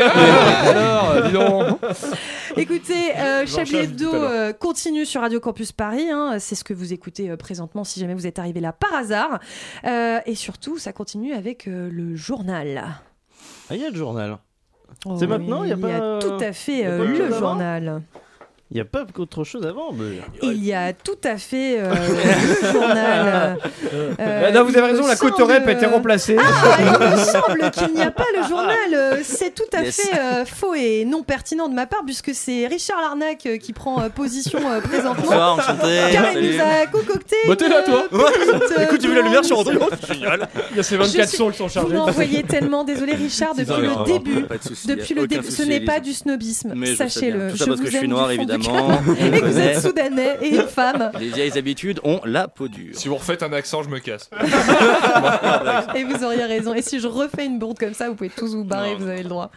Speaker 8: Ah.
Speaker 1: Alors, dis donc.
Speaker 8: Écoutez, euh, Chablis
Speaker 1: J'en chasse tout à
Speaker 8: Hebdo
Speaker 1: l'heure.
Speaker 8: euh, continue sur Radio Campus Paris. hein. c'est ce que vous écoutez euh, présentement si jamais vous êtes arrivé là par hasard. Euh, et surtout, ça continue avec euh, le journal.
Speaker 11: Ah, il y a le journal.
Speaker 8: Oh,
Speaker 11: c'est maintenant, il y a pas.
Speaker 8: tout à fait
Speaker 11: y a
Speaker 8: euh,
Speaker 11: pas le
Speaker 8: le
Speaker 11: journal
Speaker 8: journal.
Speaker 11: Il n'y a pas autre chose avant. Mais...
Speaker 8: Et Il y a tout à fait euh, le journal. euh, euh,
Speaker 1: non, vous
Speaker 8: il
Speaker 1: avez raison,
Speaker 8: me
Speaker 1: la
Speaker 8: semble-
Speaker 1: cotorep a été remplacée.
Speaker 8: Ah, il me semble qu'il n'y a pas le journal. euh, C'est tout à
Speaker 1: Yes.
Speaker 8: fait euh, faux et non pertinent de ma part, puisque c'est Richard Larnac euh, qui prend euh, position euh, présentement.
Speaker 12: Bonsoir, enchanté.
Speaker 8: Car il
Speaker 12: Salut.
Speaker 8: nous a concocté.
Speaker 12: Bah, t'es
Speaker 8: une
Speaker 12: là, toi.
Speaker 8: petite, euh,
Speaker 12: Écoute, j'ai vu la lumière, je suis rentré.
Speaker 8: bande.
Speaker 12: Oh, génial.
Speaker 1: Il y a ces
Speaker 8: Je
Speaker 1: 24
Speaker 8: suis-
Speaker 1: sons qui sont chargés.
Speaker 8: Vous m'envoyez tellement, désolé Richard, depuis
Speaker 12: Non,
Speaker 8: le
Speaker 12: non,
Speaker 8: début.
Speaker 12: pas de souci,
Speaker 8: depuis
Speaker 12: y a
Speaker 8: le
Speaker 12: aucun
Speaker 8: début, ce
Speaker 12: souci,
Speaker 8: n'est
Speaker 12: Elise.
Speaker 8: pas du snobisme,
Speaker 12: Mais je sais bien.
Speaker 8: sachez-le.
Speaker 12: Tout ça parce que
Speaker 8: vous
Speaker 12: je suis
Speaker 8: aime
Speaker 12: noir,
Speaker 8: du fond du cœur.
Speaker 12: évidemment.
Speaker 8: et que vous
Speaker 12: Ouais.
Speaker 8: êtes soudanais et une femme.
Speaker 12: Les vieilles habitudes ont la peau dure.
Speaker 10: Si vous refaites un accent, je me casse.
Speaker 8: Et vous auriez raison. Et si je refais une bourde comme ça, vous pouvez tous vous barrer, vous avez le droit.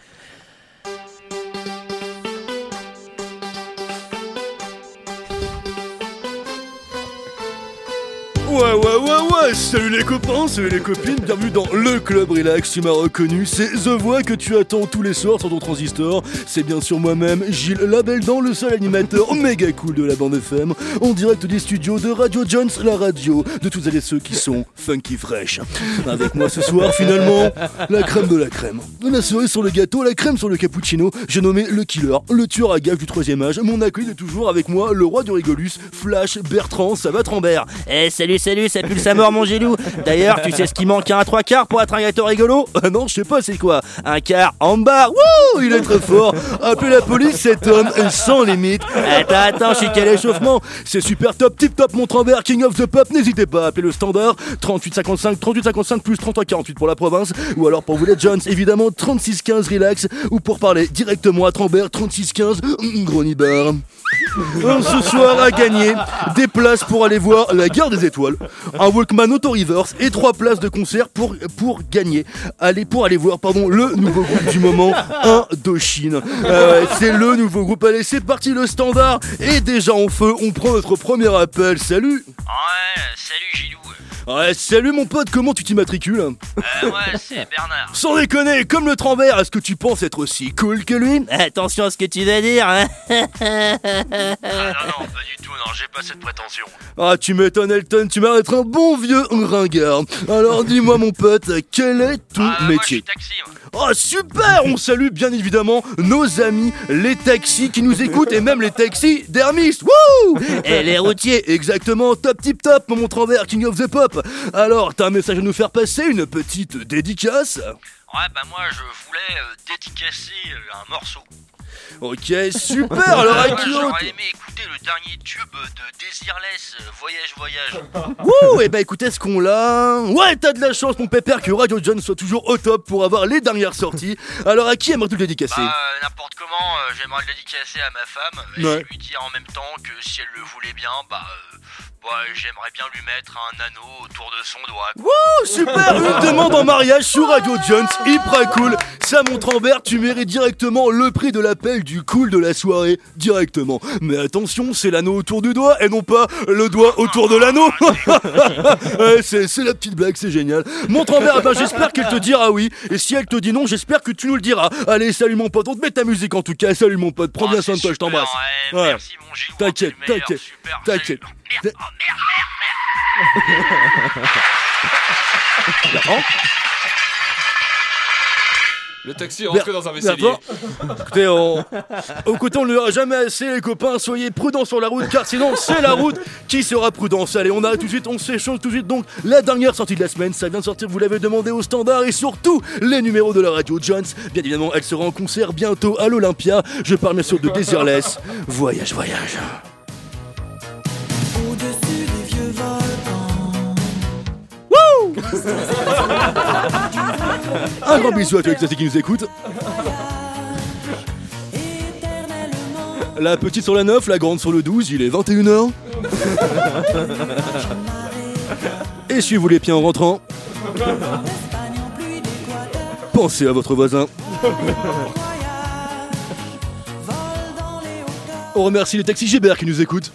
Speaker 12: Ouais, ouais, ouais, ouais, salut les copains, salut les copines, bienvenue dans le club relax, tu m'as reconnu, c'est The Voix que tu attends tous les soirs sur ton transistor, c'est bien sûr moi-même, Gilles Labelle dans le seul animateur méga cool de la bande FM, en direct des studios de Radio Jones, la radio de tous et ceux qui sont funky fresh. Avec moi ce soir, finalement, la crème de la crème. La cerise sur le gâteau, la crème sur le cappuccino, j'ai nommé le killer, le tueur à gages du troisième âge, mon acolyte est toujours avec moi, le roi du rigolus, Flash Bertrand, ça va Trambert.
Speaker 13: Eh salut salut, ça pue le sa mort mon Gélou D'ailleurs, tu sais ce qu'il manque à un trois quarts pour être un gâteau rigolo
Speaker 12: Ah non, je sais pas, c'est quoi Un quart en bas Wouh Il est très fort Appelez la police, cet homme est sans limite Eh, Attends, attends, je suis qu'à l'échauffement C'est super top, tip top, mon Trambert, king of the pop N'hésitez pas à appeler le standard 3855, 3855 plus 3848 pour la province Ou alors pour vous les Jones, évidemment 3615 relax Ou pour parler directement à Trambert, 3615 mm, gros nibard on Euh, ce soir a gagné des places pour aller voir la guerre des étoiles, un Walkman auto-reverse et trois places de concert pour, pour gagner. Allez, pour aller voir, pardon, le nouveau groupe du moment, Indochine. Euh, c'est le nouveau groupe. Allez, c'est parti, le standard est déjà en feu. On prend notre premier appel. Salut
Speaker 13: Ouais, salut Gilou
Speaker 12: Ouais, salut mon pote, comment tu t'immatricules
Speaker 13: Euh, ouais, c'est Bernard
Speaker 12: Sans déconner, comme le Trambert, est-ce que tu penses être aussi cool que lui
Speaker 13: Attention à ce que tu vas dire hein.
Speaker 12: non, pas du tout, non, j'ai pas cette prétention. Ah, tu m'étonnes, Elton, tu m'as être un bon vieux ringard. Alors dis-moi, mon pote, quel est ton métier Oh, super On salue bien évidemment nos amis, les taxis qui nous écoutent et même les taxis d'Hermis. Wouh Et les routiers, exactement, top tip top, mon Trambert, King of the Pop. Alors, t'as un message à nous faire passer, une petite dédicace
Speaker 13: Ouais, bah moi je voulais euh, dédicacer euh, un morceau.
Speaker 12: Ok, super,
Speaker 13: Ah,
Speaker 12: alors à qui on-
Speaker 13: aimé écouter le dernier tube de Desireless, Voyage Voyage.
Speaker 12: Wouh, et bah écoutez, est-ce qu'on l'a Ouais, t'as de la chance, mon pépère, que Radio John soit toujours au top pour avoir les dernières sorties. Alors à qui aimerais-tu le dédicacer
Speaker 13: N'importe comment, Bah, euh, j'aimerais le dédicacer à ma femme et
Speaker 12: Ouais.
Speaker 13: lui dire en même temps que si elle le voulait bien, bah, euh, bah, j'aimerais bien lui mettre un anneau autour de son doigt. quoi.
Speaker 12: Wouh, super, une demande en mariage sur Radio Jones, hyper cool. Ça, mon Trambert, tu mérites directement le prix de l'appel du cool de la soirée, directement. Mais attention, c'est l'anneau autour du doigt et non pas le doigt autour de l'anneau. Ouais, c'est c'est la petite blague, c'est génial. Mon Trambert, eh ben, j'espère qu'elle te dira oui. Et si elle te dit non, j'espère que tu nous le diras. Allez, salut mon pote, on te met ta musique en tout cas. Salut mon pote, prends bien soin de toi, je t'embrasse. Ouais. T'inquiète, t'inquiète, t'inquiète.
Speaker 13: oh,
Speaker 12: Bertrand
Speaker 10: Le taxi rentre que dans un vaisselier.
Speaker 12: Bertrand Bah, Écoutez, on... au côté, on ne le dira jamais assez, les copains. Soyez prudents sur la route, car sinon, c'est la route qui sera prudence. Allez, on arrête tout de suite, on s'échange tout de suite. Donc, la dernière sortie de la semaine, ça vient de sortir, vous l'avez demandé au standard, et surtout, les numéros de la radio Jones. Bien évidemment, elle sera en concert bientôt à l'Olympia. Je parle bien sûr de Desireless. Voyage, voyage.
Speaker 15: Au-dessus des vieux volcans.
Speaker 12: Wouh Un grand bisou à tous les extatés qui nous écoutent. La petite sur la 9, la grande sur le 12, il est 21h. Et si vous les pieds en rentrant, pensez à votre voisin. On remercie les taxis Gébert qui nous écoutent.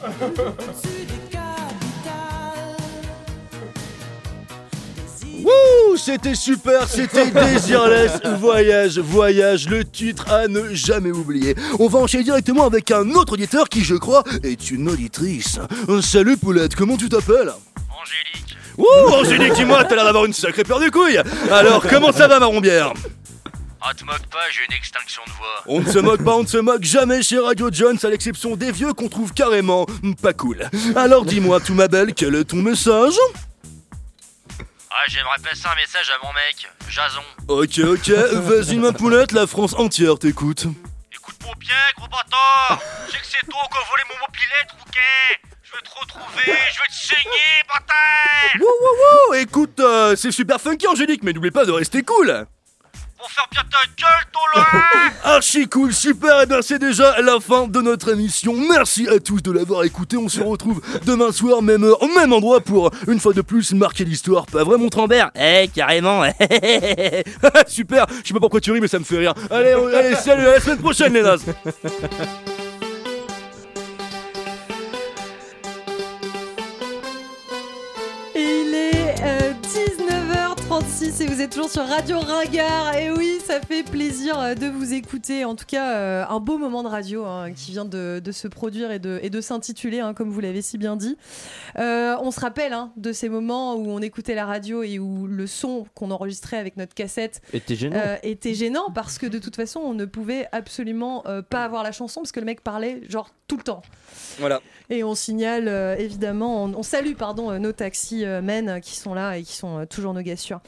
Speaker 12: Wouh, c'était super, c'était Désirless. Voyage, voyage, le titre à ne jamais oublier. On va enchaîner directement avec un autre auditeur qui, je crois, est une auditrice. Euh, Salut Poulette, comment tu t'appelles Angélique. Wouh, Angélique, dis-moi, t'as l'air d'avoir une sacrée paire de couilles. Alors, comment ça va, Marron Bière
Speaker 13: Ah, te moque pas, j'ai une extinction de voix.
Speaker 12: On ne se moque pas, on ne se moque jamais chez Radio Jones, à l'exception des vieux qu'on trouve carrément mm, pas cool. Alors dis-moi, tout ma belle, quel est ton message
Speaker 13: Ah, j'aimerais passer un message à mon mec, Jason.
Speaker 12: Ok, ok, vas-y ma poulette, la France entière t'écoute.
Speaker 13: Bon bien, gros bâtard J'ai que c'est toi qui a volé mon mobilette, rouquin Je veux te retrouver, je veux te saigner, bâtard
Speaker 12: Wouh wouh wouh, écoute, euh, c'est super funky Angélique, mais n'oublie pas de rester cool
Speaker 13: Pour faire bien ta gueule, ton loi
Speaker 12: Archi cool, super, et bien c'est déjà la fin de notre émission. Merci à tous de l'avoir écouté, on se retrouve demain soir, même heure, même endroit pour une fois de plus marquer l'histoire. Pas vrai, Montrambert Eh, carrément Super, je sais pas pourquoi tu ris, mais ça me fait rire. Allez, on- allez salut, à la semaine prochaine, les nazes
Speaker 8: Et il est euh, 19h36 et vous êtes toujours sur Radio Ringard. Et oui, ça fait plaisir euh, de vous écouter. En tout cas, euh, un beau moment de radio hein, qui vient de, de se produire et de, et de s'intituler, hein, comme vous l'avez si bien dit. Euh, on se rappelle hein, de ces moments où on écoutait la radio et où le son qu'on enregistrait avec notre cassette
Speaker 11: Était gênant.
Speaker 8: euh, était gênant parce que de toute façon, on ne pouvait absolument euh, pas avoir la chanson parce que le mec parlait genre tout le temps.
Speaker 12: Voilà.
Speaker 8: Et on signale euh, évidemment, on, on salue pardon euh, nos taxis euh, men euh, qui sont là et qui sont euh, toujours nos gars sûrs.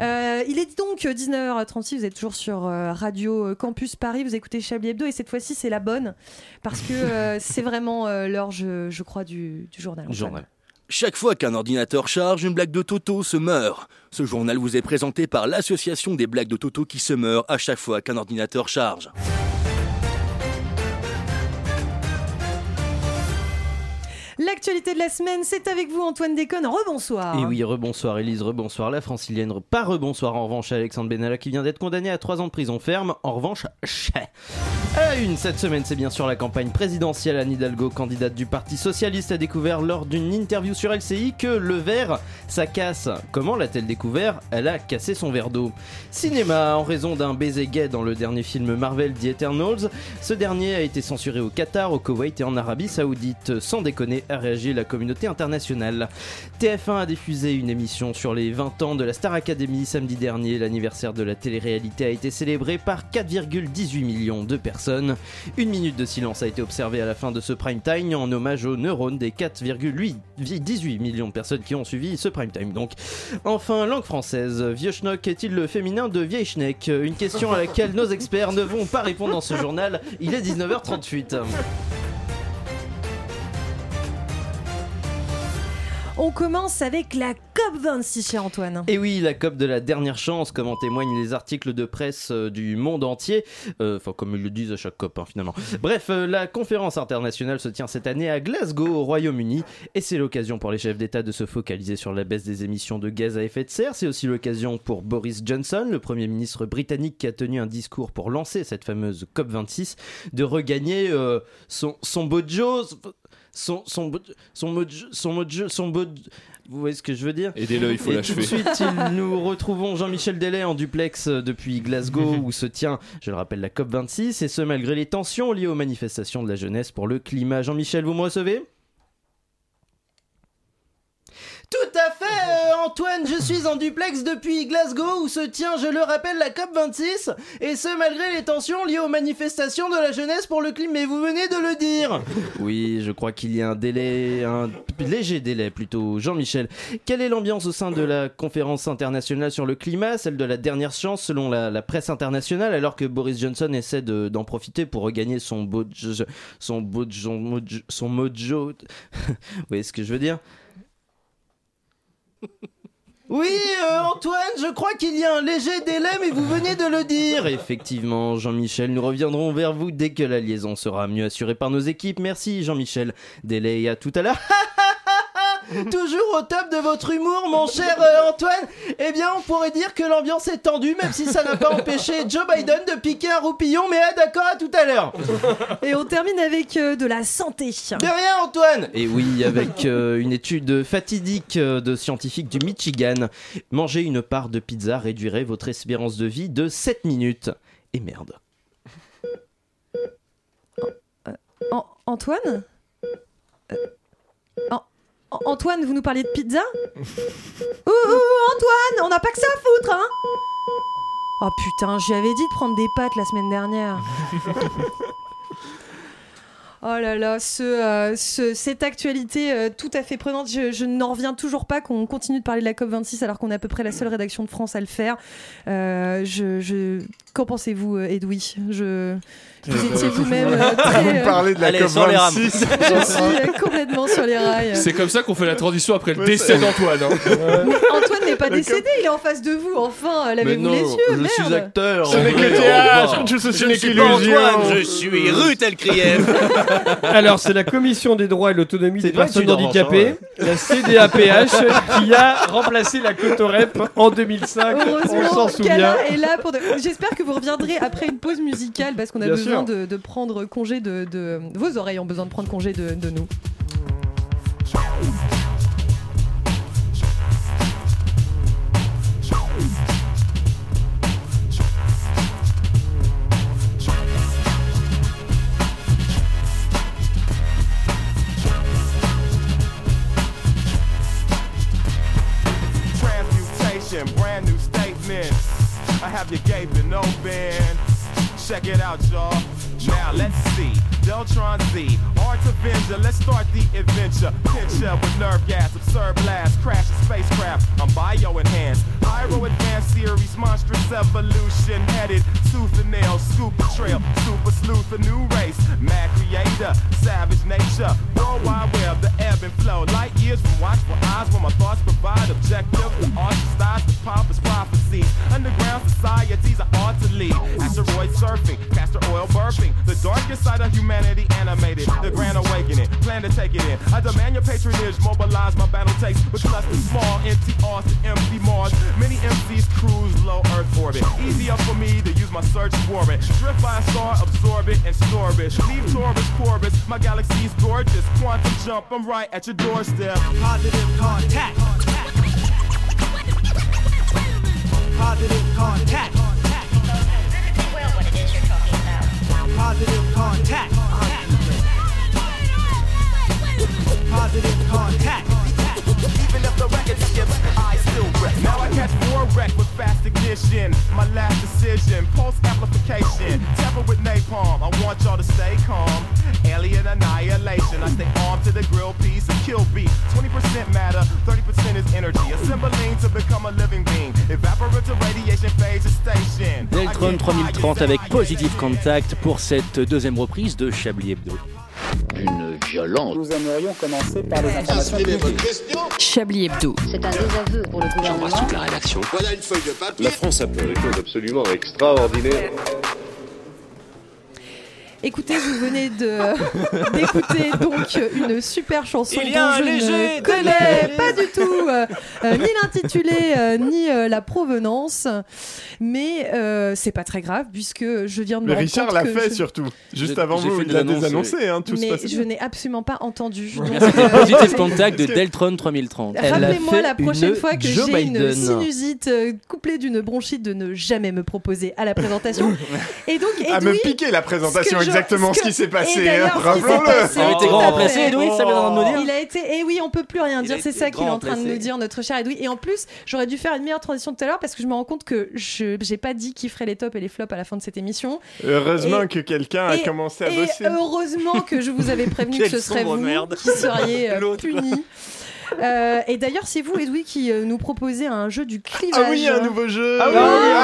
Speaker 8: Euh, il est donc euh, 19h36, vous êtes toujours sur euh, Radio Campus Paris, vous écoutez Chablis Hebdo et cette fois-ci c'est la bonne parce que euh, c'est vraiment euh, l'heure, je, je crois, du, du journal.
Speaker 12: Chaque fois qu'un ordinateur charge, une blague de Toto se meurt. Ce journal vous est présenté par l'association des blagues de Toto qui se meurt à chaque fois qu'un ordinateur charge.
Speaker 8: L'actualité de la semaine, c'est avec vous Antoine Déconne, rebonsoir.
Speaker 11: Et oui, rebonsoir Elise, rebonsoir la francilienne, re- pas rebonsoir en revanche à Alexandre Benalla qui vient d'être condamné à 3 ans de prison ferme. En revanche, chais. À la une, cette semaine, c'est bien sûr la campagne présidentielle. Anne Hidalgo, candidate du Parti Socialiste, a découvert lors d'une interview sur LCI que le verre, ça casse. Comment l'a-t-elle découvert Elle a cassé son verre d'eau. Cinéma, en raison d'un baiser gay dans le dernier film Marvel The Eternals, ce dernier a été censuré au Qatar, au Koweït et en Arabie Saoudite. Sans déconner, a réagi la communauté internationale. TF1 a diffusé une émission sur les 20 ans de la Star Academy samedi dernier. L'anniversaire de la télé-réalité a été célébré par 4,18 millions de personnes. Une minute de silence a été observée à la fin de ce prime time en hommage aux neurones des 4,18 millions de personnes qui ont suivi ce prime time. Donc, enfin, langue française. Vieux schnock est-il le féminin de vieille schneck Une question à laquelle nos experts ne vont pas répondre dans ce journal. Il est 19h38.
Speaker 8: On commence avec la COP26 cher Antoine.
Speaker 11: Et oui, la COP de la dernière chance, comme en témoignent les articles de presse euh, du monde entier. Euh, Enfin, comme ils le disent à chaque COP, hein, finalement. Bref, euh, la conférence internationale se tient cette année à Glasgow, au Royaume-Uni. Et c'est l'occasion pour les chefs d'État de se focaliser sur la baisse des émissions de gaz à effet de serre. C'est aussi l'occasion pour Boris Johnson, le Premier ministre britannique qui a tenu un discours pour lancer cette fameuse COP26, de regagner euh, son, son bojo. Son, son, bo- son, mojo- son, mojo- son bo- Vous voyez ce que je veux dire
Speaker 10: Aidez-le, il faut
Speaker 11: et
Speaker 10: l'achever.
Speaker 11: Tout de suite, il- nous retrouvons Jean-Michel Delay en duplex euh, depuis Glasgow où se tient, je le rappelle, la COP26 et ce malgré les tensions liées aux manifestations de la jeunesse pour le climat. Jean-Michel, vous me recevez Tout à fait, euh, Antoine, je suis en duplex depuis Glasgow où se tient, je le rappelle, la COP26 et ce malgré les tensions liées aux manifestations de la jeunesse pour le climat. Mais vous venez de le dire Oui, je crois qu'il y a un délai, un p- léger délai plutôt. Jean-Michel, quelle est l'ambiance au sein de la conférence internationale sur le climat, celle de la dernière chance selon la, la presse internationale, alors que Boris Johnson essaie de- d'en profiter pour regagner son beau, son beau, son mojo, son mojo. Vous voyez ce que je veux dire Oui, euh, Antoine, je crois qu'il y a un léger délai, mais vous venez de le dire. Effectivement, Jean-Michel, nous reviendrons vers vous dès que la liaison sera mieux assurée par nos équipes. Merci, Jean-Michel. Délai et à tout à l'heure. Ah, Toujours au top de votre humour, mon cher euh, Antoine. Eh bien, on pourrait dire que l'ambiance est tendue, même si ça n'a pas empêché Joe Biden de piquer un roupillon. Mais ah, d'accord, à tout à l'heure.
Speaker 8: Et on termine avec euh, de la santé. De
Speaker 11: rien Antoine Et oui, avec euh, une étude fatidique euh, de scientifiques du Michigan, manger une part de pizza réduirait votre espérance de vie de 7 minutes. Et merde.
Speaker 8: An- Antoine Euh, An- An- Antoine, vous nous parlez de pizza Ouh, ouh, ouh, Antoine, on n'a pas que ça à foutre, hein Oh putain, je lui avais dit de prendre des pâtes la semaine dernière. Oh là là, ce, euh, ce- cette actualité euh, tout à fait prenante, je, je n'en reviens toujours pas qu'on continue de parler de la COP26 alors qu'on est à peu près la seule rédaction de France à le faire. Euh, je, je- Qu'en pensez-vous, euh, Edoui je... Vous étiez vous-même euh, très...
Speaker 9: Vous me parlez de la
Speaker 10: Allez, sans les rames.
Speaker 9: COP26.
Speaker 8: Je suis euh, complètement sur les rails.
Speaker 10: C'est comme ça qu'on fait la transition après le décès d'Antoine. hein.
Speaker 8: Mais Antoine n'est pas décédé, il est en face de vous, enfin, euh, lavez-vous les yeux, merde
Speaker 11: acteur.
Speaker 9: Ce n'est que théâtre, tout ceci n'est qu'illusion.
Speaker 1: Alors, c'est la Commission des droits et l'autonomie des
Speaker 11: vrai que tu
Speaker 1: personnes
Speaker 11: dors en
Speaker 1: handicapées,
Speaker 11: chambre, ouais.
Speaker 1: la CDAPH, qui a remplacé la Cotorep en 2005. On s'en
Speaker 8: Heureusement,
Speaker 1: souvient.
Speaker 8: Kala est là pour. de- J'espère que vous reviendrez après une pause musicale parce qu'on a
Speaker 1: Bien
Speaker 8: besoin
Speaker 1: sûr.
Speaker 8: de, de prendre congé de, de- Vos oreilles ont besoin de prendre congé de, de nous.
Speaker 16: Transmutation, brand new statements. I have you gaping open. Check it out, y'all. Now let's see. Deltron Z, Arts Avenger, let's start the adventure. Pincher with nerve gas, absurd blast, crash a spacecraft. I'm bio enhanced. Pyro advanced series, monstrous evolution, headed tooth and nail, scoop the trail, super sleuth, a new race. Mad creator, savage nature, worldwide web, the ebb and flow. Light years from watchful eyes, where my thoughts provide objective. The archetypes, the pompous prophecies. Underground societies I ought to lead. Asteroid surfing, castor oil burping. The darkest side of humanity animated. The grand awakening, plan to take it in. I demand your patronage, mobilize my battle takes. With less than small, empty R's to empty Mars. Many MCs cruise low Earth orbit. Easier for me to use my search warrant. Drift by a star, absorb it and store it. Leave Taurus, Corvus, my galaxy's gorgeous. Quantum jump, I'm right at your doorstep. Positive contact. Positive contact.
Speaker 15: Positive contact.
Speaker 16: Positive contact. Even if the record skips, I still wreck. Now I catch more wreck with fast ignition. My last decision, pulse amplification. Temper with napalm, I want y'all to stay calm. Alien annihilation, I stay armed to the grill piece and kill beat. 20% matter, 30% is energy. Assembling to become a living being. Evaporate to radiation phase is station.
Speaker 12: Deltron 3030 avec Positive Contact pour cette deuxième reprise de Chablis Hebdo. Une violence.
Speaker 5: Nous aimerions commencer par les informations
Speaker 12: inscrivez
Speaker 5: privées.
Speaker 7: Chablis Hebdo. C'est un désaveu pour le gouvernement.
Speaker 17: toute la rédaction. Voilà une feuille de papier. La France a fait des choses absolument extraordinaires.
Speaker 8: Écoutez, vous venez de d'écouter donc euh, une super chanson
Speaker 15: Il y a
Speaker 8: dont
Speaker 15: un
Speaker 8: je
Speaker 15: léger
Speaker 8: ne connais pas du tout euh, euh, ni l'intitulé euh, ni euh, la provenance, mais euh, c'est pas très grave puisque je viens de me
Speaker 9: Mais
Speaker 8: rendre
Speaker 9: Richard
Speaker 8: compte
Speaker 9: l'a
Speaker 8: que
Speaker 9: fait
Speaker 8: je-
Speaker 9: surtout. Juste
Speaker 12: J'ai-
Speaker 9: avant
Speaker 12: j'ai
Speaker 9: vous,
Speaker 12: fait
Speaker 9: il
Speaker 12: des
Speaker 9: l'a
Speaker 12: annonces,
Speaker 9: désannoncé. Hein, tout se
Speaker 8: mais
Speaker 9: passait
Speaker 8: je
Speaker 9: bien.
Speaker 8: n'ai absolument pas entendu.
Speaker 12: Merci
Speaker 8: donc,
Speaker 12: pour
Speaker 8: euh,
Speaker 12: Positive Contact de Deltron 3030.
Speaker 8: Rappelez-moi la prochaine fois que j'ai une sinusite euh, couplée d'une bronchite de ne jamais me proposer à la présentation. Et donc, Edoui,
Speaker 9: À me piquer la
Speaker 8: ce
Speaker 9: présentation,
Speaker 8: que je-
Speaker 9: exactement ce qui s'est
Speaker 8: et
Speaker 9: passé.
Speaker 8: d'ailleurs,
Speaker 9: hein,
Speaker 8: ce qui s'est
Speaker 9: Rappelons-le.
Speaker 12: Ah,
Speaker 8: passé, tout à fait. Il a été. Eh oui, on peut plus rien
Speaker 9: Il
Speaker 8: dire.
Speaker 9: a
Speaker 8: C'est
Speaker 9: été
Speaker 8: ça qu'il est
Speaker 9: grand
Speaker 8: en train de
Speaker 9: placé.
Speaker 8: nous dire, notre cher Edoui. Et en plus, j'aurais dû faire une meilleure transition tout à l'heure parce que je me rends compte que je j'ai pas dit qui ferait les tops et les flops à la fin de cette émission.
Speaker 9: Heureusement
Speaker 8: Et-
Speaker 9: que quelqu'un a
Speaker 8: et-
Speaker 9: commencé à
Speaker 8: et euh,
Speaker 9: bosser.
Speaker 8: heureusement que je vous avais prévenu que
Speaker 9: Quelle
Speaker 8: ce serait
Speaker 9: sombre
Speaker 8: vous
Speaker 9: merde.
Speaker 8: qui seriez euh,
Speaker 9: L'autre, là.
Speaker 8: puni. Euh, et d'ailleurs, c'est vous, Edoui, qui euh, nous proposez un jeu du clivage.
Speaker 9: Ah oui, un nouveau jeu
Speaker 8: Ah oui,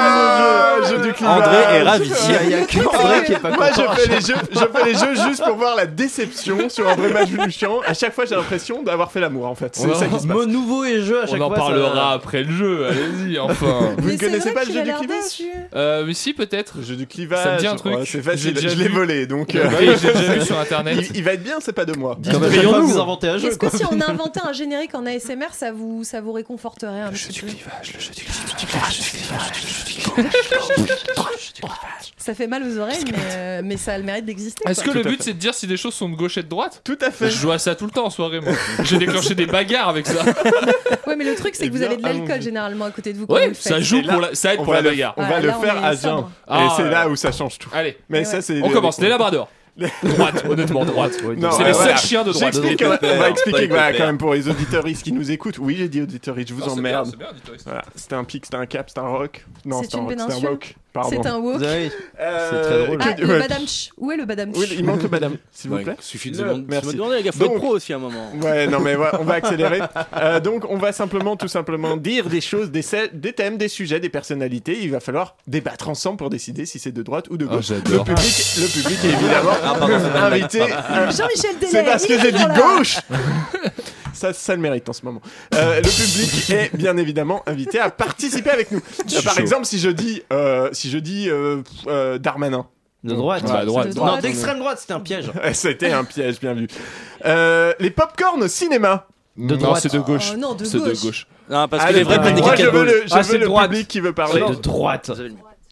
Speaker 9: Ah, jeu du clivage.
Speaker 12: André est ravi.
Speaker 9: Il y a que André qui est pas Moi,
Speaker 12: content.
Speaker 9: je fais, les jeux, je fais les jeux juste pour voir la déception sur André Manouchian. À chaque fois, j'ai l'impression d'avoir fait l'amour, en fait. C'est
Speaker 10: Ouais.
Speaker 9: ça qui se passe.
Speaker 10: Mot
Speaker 11: nouveau et jeu
Speaker 10: On en parlera après le jeu, allez-y, enfin.
Speaker 9: Vous ne connaissez
Speaker 8: vrai
Speaker 9: pas le
Speaker 8: qu'il
Speaker 9: jeu
Speaker 8: a
Speaker 9: du
Speaker 8: l'air
Speaker 9: clivage
Speaker 8: déçu.
Speaker 10: Euh, mais si, peut-être.
Speaker 9: Jeu du clivage.
Speaker 10: Ça me dit un truc.
Speaker 9: Ouais, c'est
Speaker 10: J'ai
Speaker 9: facile,
Speaker 10: déjà
Speaker 9: je l'ai
Speaker 10: vu. Eh bah
Speaker 9: volé donc. euh,
Speaker 10: Oui, j'ai déjà vu sur internet.
Speaker 9: Il, il va être bien, c'est pas de moi.
Speaker 11: Dites-le, Dites-le,
Speaker 9: Dites-le,
Speaker 11: pas
Speaker 9: vous
Speaker 11: vous
Speaker 9: inventez un jeu,
Speaker 8: Est-ce que si on inventait un générique en ASMR, ça vous, ça vous réconforterait un petit peu Ah, Ça fait mal aux oreilles, mais, euh, mais ça a le mérite d'exister.
Speaker 10: Est-ce que
Speaker 8: quoi.
Speaker 10: le but c'est de dire si des choses sont de gauche et de droite
Speaker 9: Tout à fait.
Speaker 10: Je joue à ça tout le temps en soirée, moi. J'ai déclenché des bagarres avec ça.
Speaker 8: Ouais, mais le truc, c'est
Speaker 10: Eh
Speaker 8: que vous
Speaker 10: bien,
Speaker 8: avez de l'alcool
Speaker 10: allons-y.
Speaker 8: généralement à côté de vous. quand vous
Speaker 10: Ouais,
Speaker 8: le
Speaker 10: ça
Speaker 8: faites.
Speaker 10: joue pour la, ça aide
Speaker 9: on
Speaker 10: pour
Speaker 9: va le-
Speaker 10: la bagarre.
Speaker 9: on va
Speaker 8: Ah,
Speaker 9: le
Speaker 8: là, on
Speaker 9: faire
Speaker 8: est
Speaker 9: à
Speaker 8: sobre.
Speaker 9: jeun. Et c'est là où ça change tout.
Speaker 10: Allez.
Speaker 8: Eh
Speaker 9: Mais ça, c'est
Speaker 10: On
Speaker 9: les-
Speaker 10: commence les labradors. Droite, honnêtement, droite.
Speaker 9: Non,
Speaker 10: C'est
Speaker 9: ouais,
Speaker 10: les
Speaker 9: voilà.
Speaker 10: seuls chiens de droite.
Speaker 9: J'explique, euh, on va expliquer voilà, quand même pour les auditoristes qui nous écoutent. Oui, j'ai dit auditoristes, je vous
Speaker 10: Non, c'est bien,
Speaker 9: emmerde.
Speaker 10: c'est bien,
Speaker 9: Voilà, C'était un pic, c'était un cap, c'était un rock. Non,
Speaker 8: C'est
Speaker 9: c'était
Speaker 8: une
Speaker 9: un rock, c'était
Speaker 8: péninsule
Speaker 9: un wok. Pardon.
Speaker 8: C'est un wok.
Speaker 11: Oui,
Speaker 9: Euh,
Speaker 11: c'est très drôle.
Speaker 8: Ah,
Speaker 9: que-
Speaker 8: le
Speaker 9: ouais.
Speaker 8: Madame Ch. Où est le Madame Ch
Speaker 9: Oui, il manque le madame, s'il vous
Speaker 11: Ouais,
Speaker 9: plaît.
Speaker 11: suffit
Speaker 9: Le-
Speaker 11: de se demander-
Speaker 9: merci.
Speaker 11: se demander, les gars, faut être
Speaker 9: Donc-
Speaker 11: pro aussi à un moment.
Speaker 9: Ouais, non, mais voilà, on va accélérer. Euh, donc, on va simplement, tout simplement, dire des choses, des, se- des thèmes, des sujets, des personnalités. Il va falloir débattre ensemble pour décider si c'est de droite ou de
Speaker 10: Ah,
Speaker 9: gauche. le
Speaker 10: j'adore.
Speaker 9: public, le public est évidemment
Speaker 10: Ah, pardon, c'est pas une blague,
Speaker 9: invité.
Speaker 10: pardon.
Speaker 8: Jean-Michel Delay,
Speaker 9: C'est parce
Speaker 8: il est
Speaker 9: que j'ai dit
Speaker 8: toujours là.
Speaker 9: gauche. Ça, ça le mérite en ce moment. Euh, le public est bien évidemment invité à participer avec nous.
Speaker 11: suis
Speaker 9: par
Speaker 11: chaud.
Speaker 9: exemple, si je dis, euh, si je dis euh, euh, Darmanin.
Speaker 11: De droite.
Speaker 9: Voilà,
Speaker 11: De Ah, bah, droite. Non, d'extrême droite, c'était un piège.
Speaker 9: C'était un piège, bien vu. Euh, les popcorn au cinéma.
Speaker 11: De
Speaker 10: Non, droite. c'est de gauche. Oh non, de C'est de gauche. gauche. Non, parce que les
Speaker 9: le
Speaker 10: vrais
Speaker 9: public-
Speaker 10: prennent des
Speaker 9: Moi, je
Speaker 10: cacahuètes.
Speaker 9: veux le, je
Speaker 10: Ah,
Speaker 9: veux
Speaker 10: c'est
Speaker 9: le
Speaker 10: de droite.
Speaker 9: public qui veut parler.
Speaker 11: C'est de droite.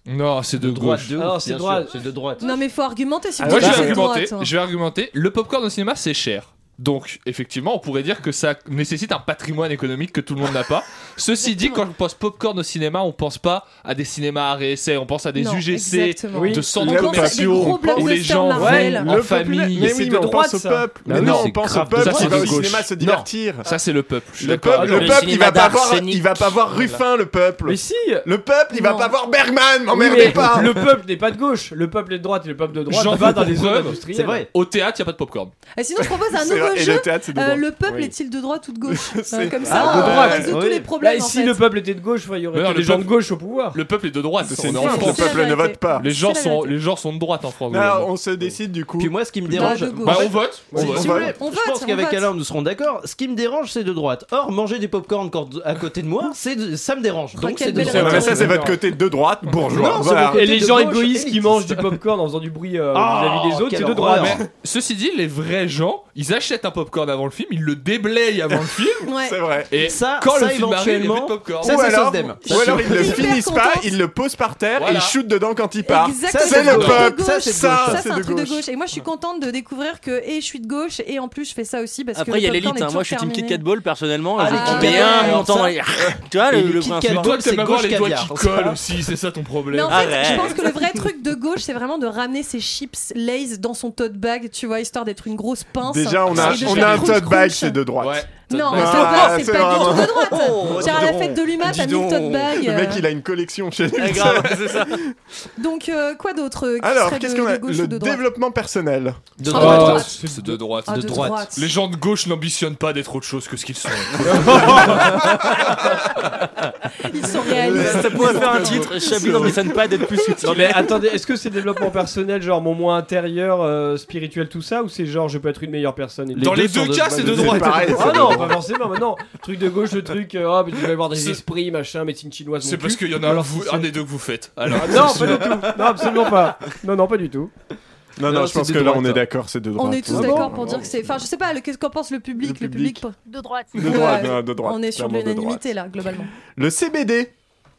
Speaker 10: Non, c'est de gauche.
Speaker 11: de ouf,
Speaker 10: Non,
Speaker 11: bien sûr, C'est de droite.
Speaker 8: Non, mais faut argumenter si vous
Speaker 10: Moi, je
Speaker 8: dites
Speaker 10: vais
Speaker 8: Ah, c'est
Speaker 10: argumenter.
Speaker 8: droite, hein.
Speaker 10: Je vais argumenter. Le popcorn au cinéma, c'est cher. Donc, effectivement, on pourrait dire que ça nécessite un patrimoine économique que tout le monde n'a pas. Ceci dit, quand on pense popcorn au cinéma, on pense pas à des cinémas à réessai, on pense à des
Speaker 8: Non,
Speaker 10: UGC,
Speaker 8: exactement.
Speaker 10: de
Speaker 8: Oui,
Speaker 10: centres
Speaker 8: on pense à des gros
Speaker 10: commerciaux où les
Speaker 8: blockbusters
Speaker 10: gens
Speaker 8: Marvel.
Speaker 10: vont
Speaker 9: Le
Speaker 10: en
Speaker 9: peuple-
Speaker 10: famille.
Speaker 9: mais oui, mais on pense au peuple. Mais non, on pense au peuple
Speaker 10: Ça,
Speaker 9: qui
Speaker 10: c'est
Speaker 9: va
Speaker 10: de
Speaker 9: au
Speaker 10: gauche.
Speaker 9: cinéma se
Speaker 10: Non.
Speaker 9: divertir.
Speaker 10: Ça, c'est le peuple. Je suis
Speaker 9: Le
Speaker 10: d'accord.
Speaker 9: peuple, le peuple, il va pas voir, il va pas voir Ruffin, le peuple.
Speaker 1: Mais si
Speaker 9: Le peuple, il va
Speaker 1: Non.
Speaker 9: pas voir Bergman,
Speaker 1: Oui,
Speaker 9: m'emmerdez
Speaker 1: mais
Speaker 9: pas.
Speaker 1: Le peuple n'est pas de gauche, le peuple est de droite et le peuple de droite
Speaker 10: J'en
Speaker 1: va
Speaker 10: veux
Speaker 1: dans
Speaker 10: pour
Speaker 1: les zones
Speaker 10: preuve,
Speaker 1: industrielles.
Speaker 10: C'est vrai. Au théâtre, il n'y a pas de popcorn.
Speaker 8: Et sinon, je propose un
Speaker 1: C'est
Speaker 8: nouveau
Speaker 1: vrai, et
Speaker 8: jeu.
Speaker 1: le théâtre, c'est de droite.
Speaker 8: le peuple
Speaker 1: Oui.
Speaker 8: est-il de droite ou de gauche
Speaker 1: C'est-
Speaker 8: Euh, Comme ça,
Speaker 1: Ah, de
Speaker 8: on
Speaker 1: droite.
Speaker 8: résout tous
Speaker 1: Oui.
Speaker 8: les problèmes.
Speaker 1: Là,
Speaker 8: en
Speaker 1: si
Speaker 8: fait.
Speaker 1: le peuple était de gauche, il y aurait
Speaker 10: Mais non,
Speaker 1: que
Speaker 10: le
Speaker 1: des gens de
Speaker 10: peuple-
Speaker 1: gauche au pouvoir.
Speaker 10: Le peuple est de droite.
Speaker 1: C'est
Speaker 10: on est
Speaker 1: une
Speaker 10: en
Speaker 1: simple,
Speaker 10: France.
Speaker 1: le peuple ne vote pas.
Speaker 10: Les gens
Speaker 1: C'est la
Speaker 10: sont,
Speaker 1: vérité.
Speaker 10: les gens sont de droite en France.
Speaker 9: Là,
Speaker 10: globalement.
Speaker 9: Ah, on se décide du coup.
Speaker 11: Puis moi, ce qui me
Speaker 10: Plutôt
Speaker 11: dérange.
Speaker 10: de gauche. Bah, on vote, on
Speaker 11: Si-
Speaker 10: vote.
Speaker 11: si
Speaker 10: On
Speaker 11: vous
Speaker 10: vote.
Speaker 11: voulez,
Speaker 10: On
Speaker 11: Je
Speaker 10: vote,
Speaker 11: pense
Speaker 10: on
Speaker 11: qu'avec
Speaker 10: vote.
Speaker 11: Alain, nous serons d'accord. Ce qui me dérange, c'est de droite. Or, manger des popcorn quand- à côté de moi, c'est de- ça me dérange. Donc, c'est de
Speaker 9: Ouais,
Speaker 11: droite.
Speaker 9: mais ça, c'est votre côté de droite, bourgeois.
Speaker 11: Non, c'est
Speaker 9: Voilà.
Speaker 11: mon côté
Speaker 1: Et les
Speaker 11: de
Speaker 1: gens
Speaker 11: gauche,
Speaker 1: égoïstes qui mangent du popcorn en faisant du bruit euh,
Speaker 10: Ah,
Speaker 1: vis-à-vis des autres, c'est de droite.
Speaker 10: Mais ceci dit, les vrais gens, ils achètent un popcorn avant le film, ils le déblayent avant le film.
Speaker 8: Ouais.
Speaker 9: C'est vrai.
Speaker 10: Et
Speaker 11: Ça,
Speaker 10: quand
Speaker 11: ça,
Speaker 10: le film arrive, il n'y a plus de
Speaker 11: éventuellement,
Speaker 10: popcorn.
Speaker 11: ça,
Speaker 9: ou
Speaker 11: c'est
Speaker 9: alors,
Speaker 11: sauce d'Aime.
Speaker 9: ou alors ils le
Speaker 11: Hyper
Speaker 9: finissent pas,
Speaker 11: contente.
Speaker 9: ils le posent par terre et
Speaker 11: Voilà.
Speaker 9: ils shootent dedans quand ils partent.
Speaker 8: Exactement.
Speaker 9: C'est
Speaker 8: un
Speaker 9: le
Speaker 8: truc de
Speaker 9: peuple.
Speaker 8: gauche. Ça,
Speaker 9: Ça,
Speaker 8: c'est un truc de gauche. Et moi, je suis contente de découvrir que et je suis de gauche et en plus je fais ça aussi parce que
Speaker 18: Après, il y a
Speaker 8: le popcorn
Speaker 18: l'élite.
Speaker 8: est
Speaker 18: hein. Moi, je suis
Speaker 8: toujours
Speaker 18: Team Kit Kat
Speaker 8: terminé.
Speaker 18: Ball, personnellement.
Speaker 8: Ah,
Speaker 18: j'ai
Speaker 8: le
Speaker 18: kiffé
Speaker 8: Kit Kat
Speaker 18: un,
Speaker 8: Ball,
Speaker 18: mon temps. et- Tu vois,
Speaker 10: Et
Speaker 18: le, le
Speaker 10: Kit Kat
Speaker 18: principe.
Speaker 10: Ball, t'aimes avoir les doigts qui collent aussi, c'est ça ton
Speaker 8: Mais
Speaker 10: problème.
Speaker 8: en fait, je pense que le vrai truc de gauche, c'est vraiment de ramener ses chips Lay's dans son tote bag, tu vois, histoire d'être une grosse pince.
Speaker 9: Déjà, on a,
Speaker 8: Et de
Speaker 9: on
Speaker 8: faire
Speaker 9: a un
Speaker 8: crunch,
Speaker 9: tote bag,
Speaker 8: crunch.
Speaker 9: c'est de droite.
Speaker 8: Non,
Speaker 9: Ah,
Speaker 8: tote bag, c'est
Speaker 9: c'est
Speaker 8: pas du tout de
Speaker 9: vraiment-
Speaker 8: droite.
Speaker 9: Oh,
Speaker 8: Genre à
Speaker 9: dis
Speaker 8: la
Speaker 9: donc.
Speaker 8: fête de l'UMA,
Speaker 9: Dis
Speaker 8: t'as mis le
Speaker 9: donc.
Speaker 8: tote bag.
Speaker 9: Le mec,
Speaker 8: euh.
Speaker 9: il a une collection chez lui.
Speaker 18: Ouais, grave, c'est ça.
Speaker 8: Donc, euh, quoi d'autre euh, qui
Speaker 9: Alors,
Speaker 8: serait de-
Speaker 9: qu'est-ce qu'on
Speaker 8: de
Speaker 9: a
Speaker 8: gauche ou
Speaker 9: Le
Speaker 8: de droite
Speaker 9: développement personnel.
Speaker 10: De
Speaker 8: Ah, droite. de droite.
Speaker 10: C'est Oh, de droite.
Speaker 8: Ah, de De droite. droite.
Speaker 10: Les gens de gauche n'ambitionnent pas d'être autre chose que ce qu'ils sont.
Speaker 8: Ils sont réalistes.
Speaker 18: Ça pourrait faire un titre. Chablis n'ambitionne pas d'être plus utile.
Speaker 1: Non mais attendez, est-ce que c'est développement personnel, genre mon moi intérieur, euh, spirituel, tout ça, ou c'est genre je peux être une meilleure personne et-
Speaker 10: Dans les deux cas, c'est de droite.
Speaker 1: Ah non, pas forcément, mais non. Truc de gauche, le truc, euh, ah, mais tu vas voir des esprits, machin, médecine chinoise. mon
Speaker 10: C'est parce
Speaker 1: cul.
Speaker 10: qu'il y en a un,
Speaker 1: Alors,
Speaker 10: vous-
Speaker 1: c'est-
Speaker 10: un des deux que vous faites.
Speaker 1: Ah,
Speaker 10: Alors,
Speaker 1: non, pas du tout. Non, absolument pas. Non, non, pas du tout.
Speaker 9: Non, non,
Speaker 10: Non,
Speaker 9: je
Speaker 10: c'est
Speaker 9: pense
Speaker 10: de
Speaker 9: que là, on
Speaker 10: droite.
Speaker 9: est d'accord, c'est de droite.
Speaker 8: On est tous
Speaker 9: Ah bon
Speaker 8: d'accord pour dire que c'est. Enfin, je sais pas, le- qu'est-ce qu'en pense le public Le public De droite.
Speaker 9: De droite, non, de droite,
Speaker 8: On est sur de
Speaker 9: clairement de
Speaker 8: l'unanimité là, globalement.
Speaker 9: Le CBD.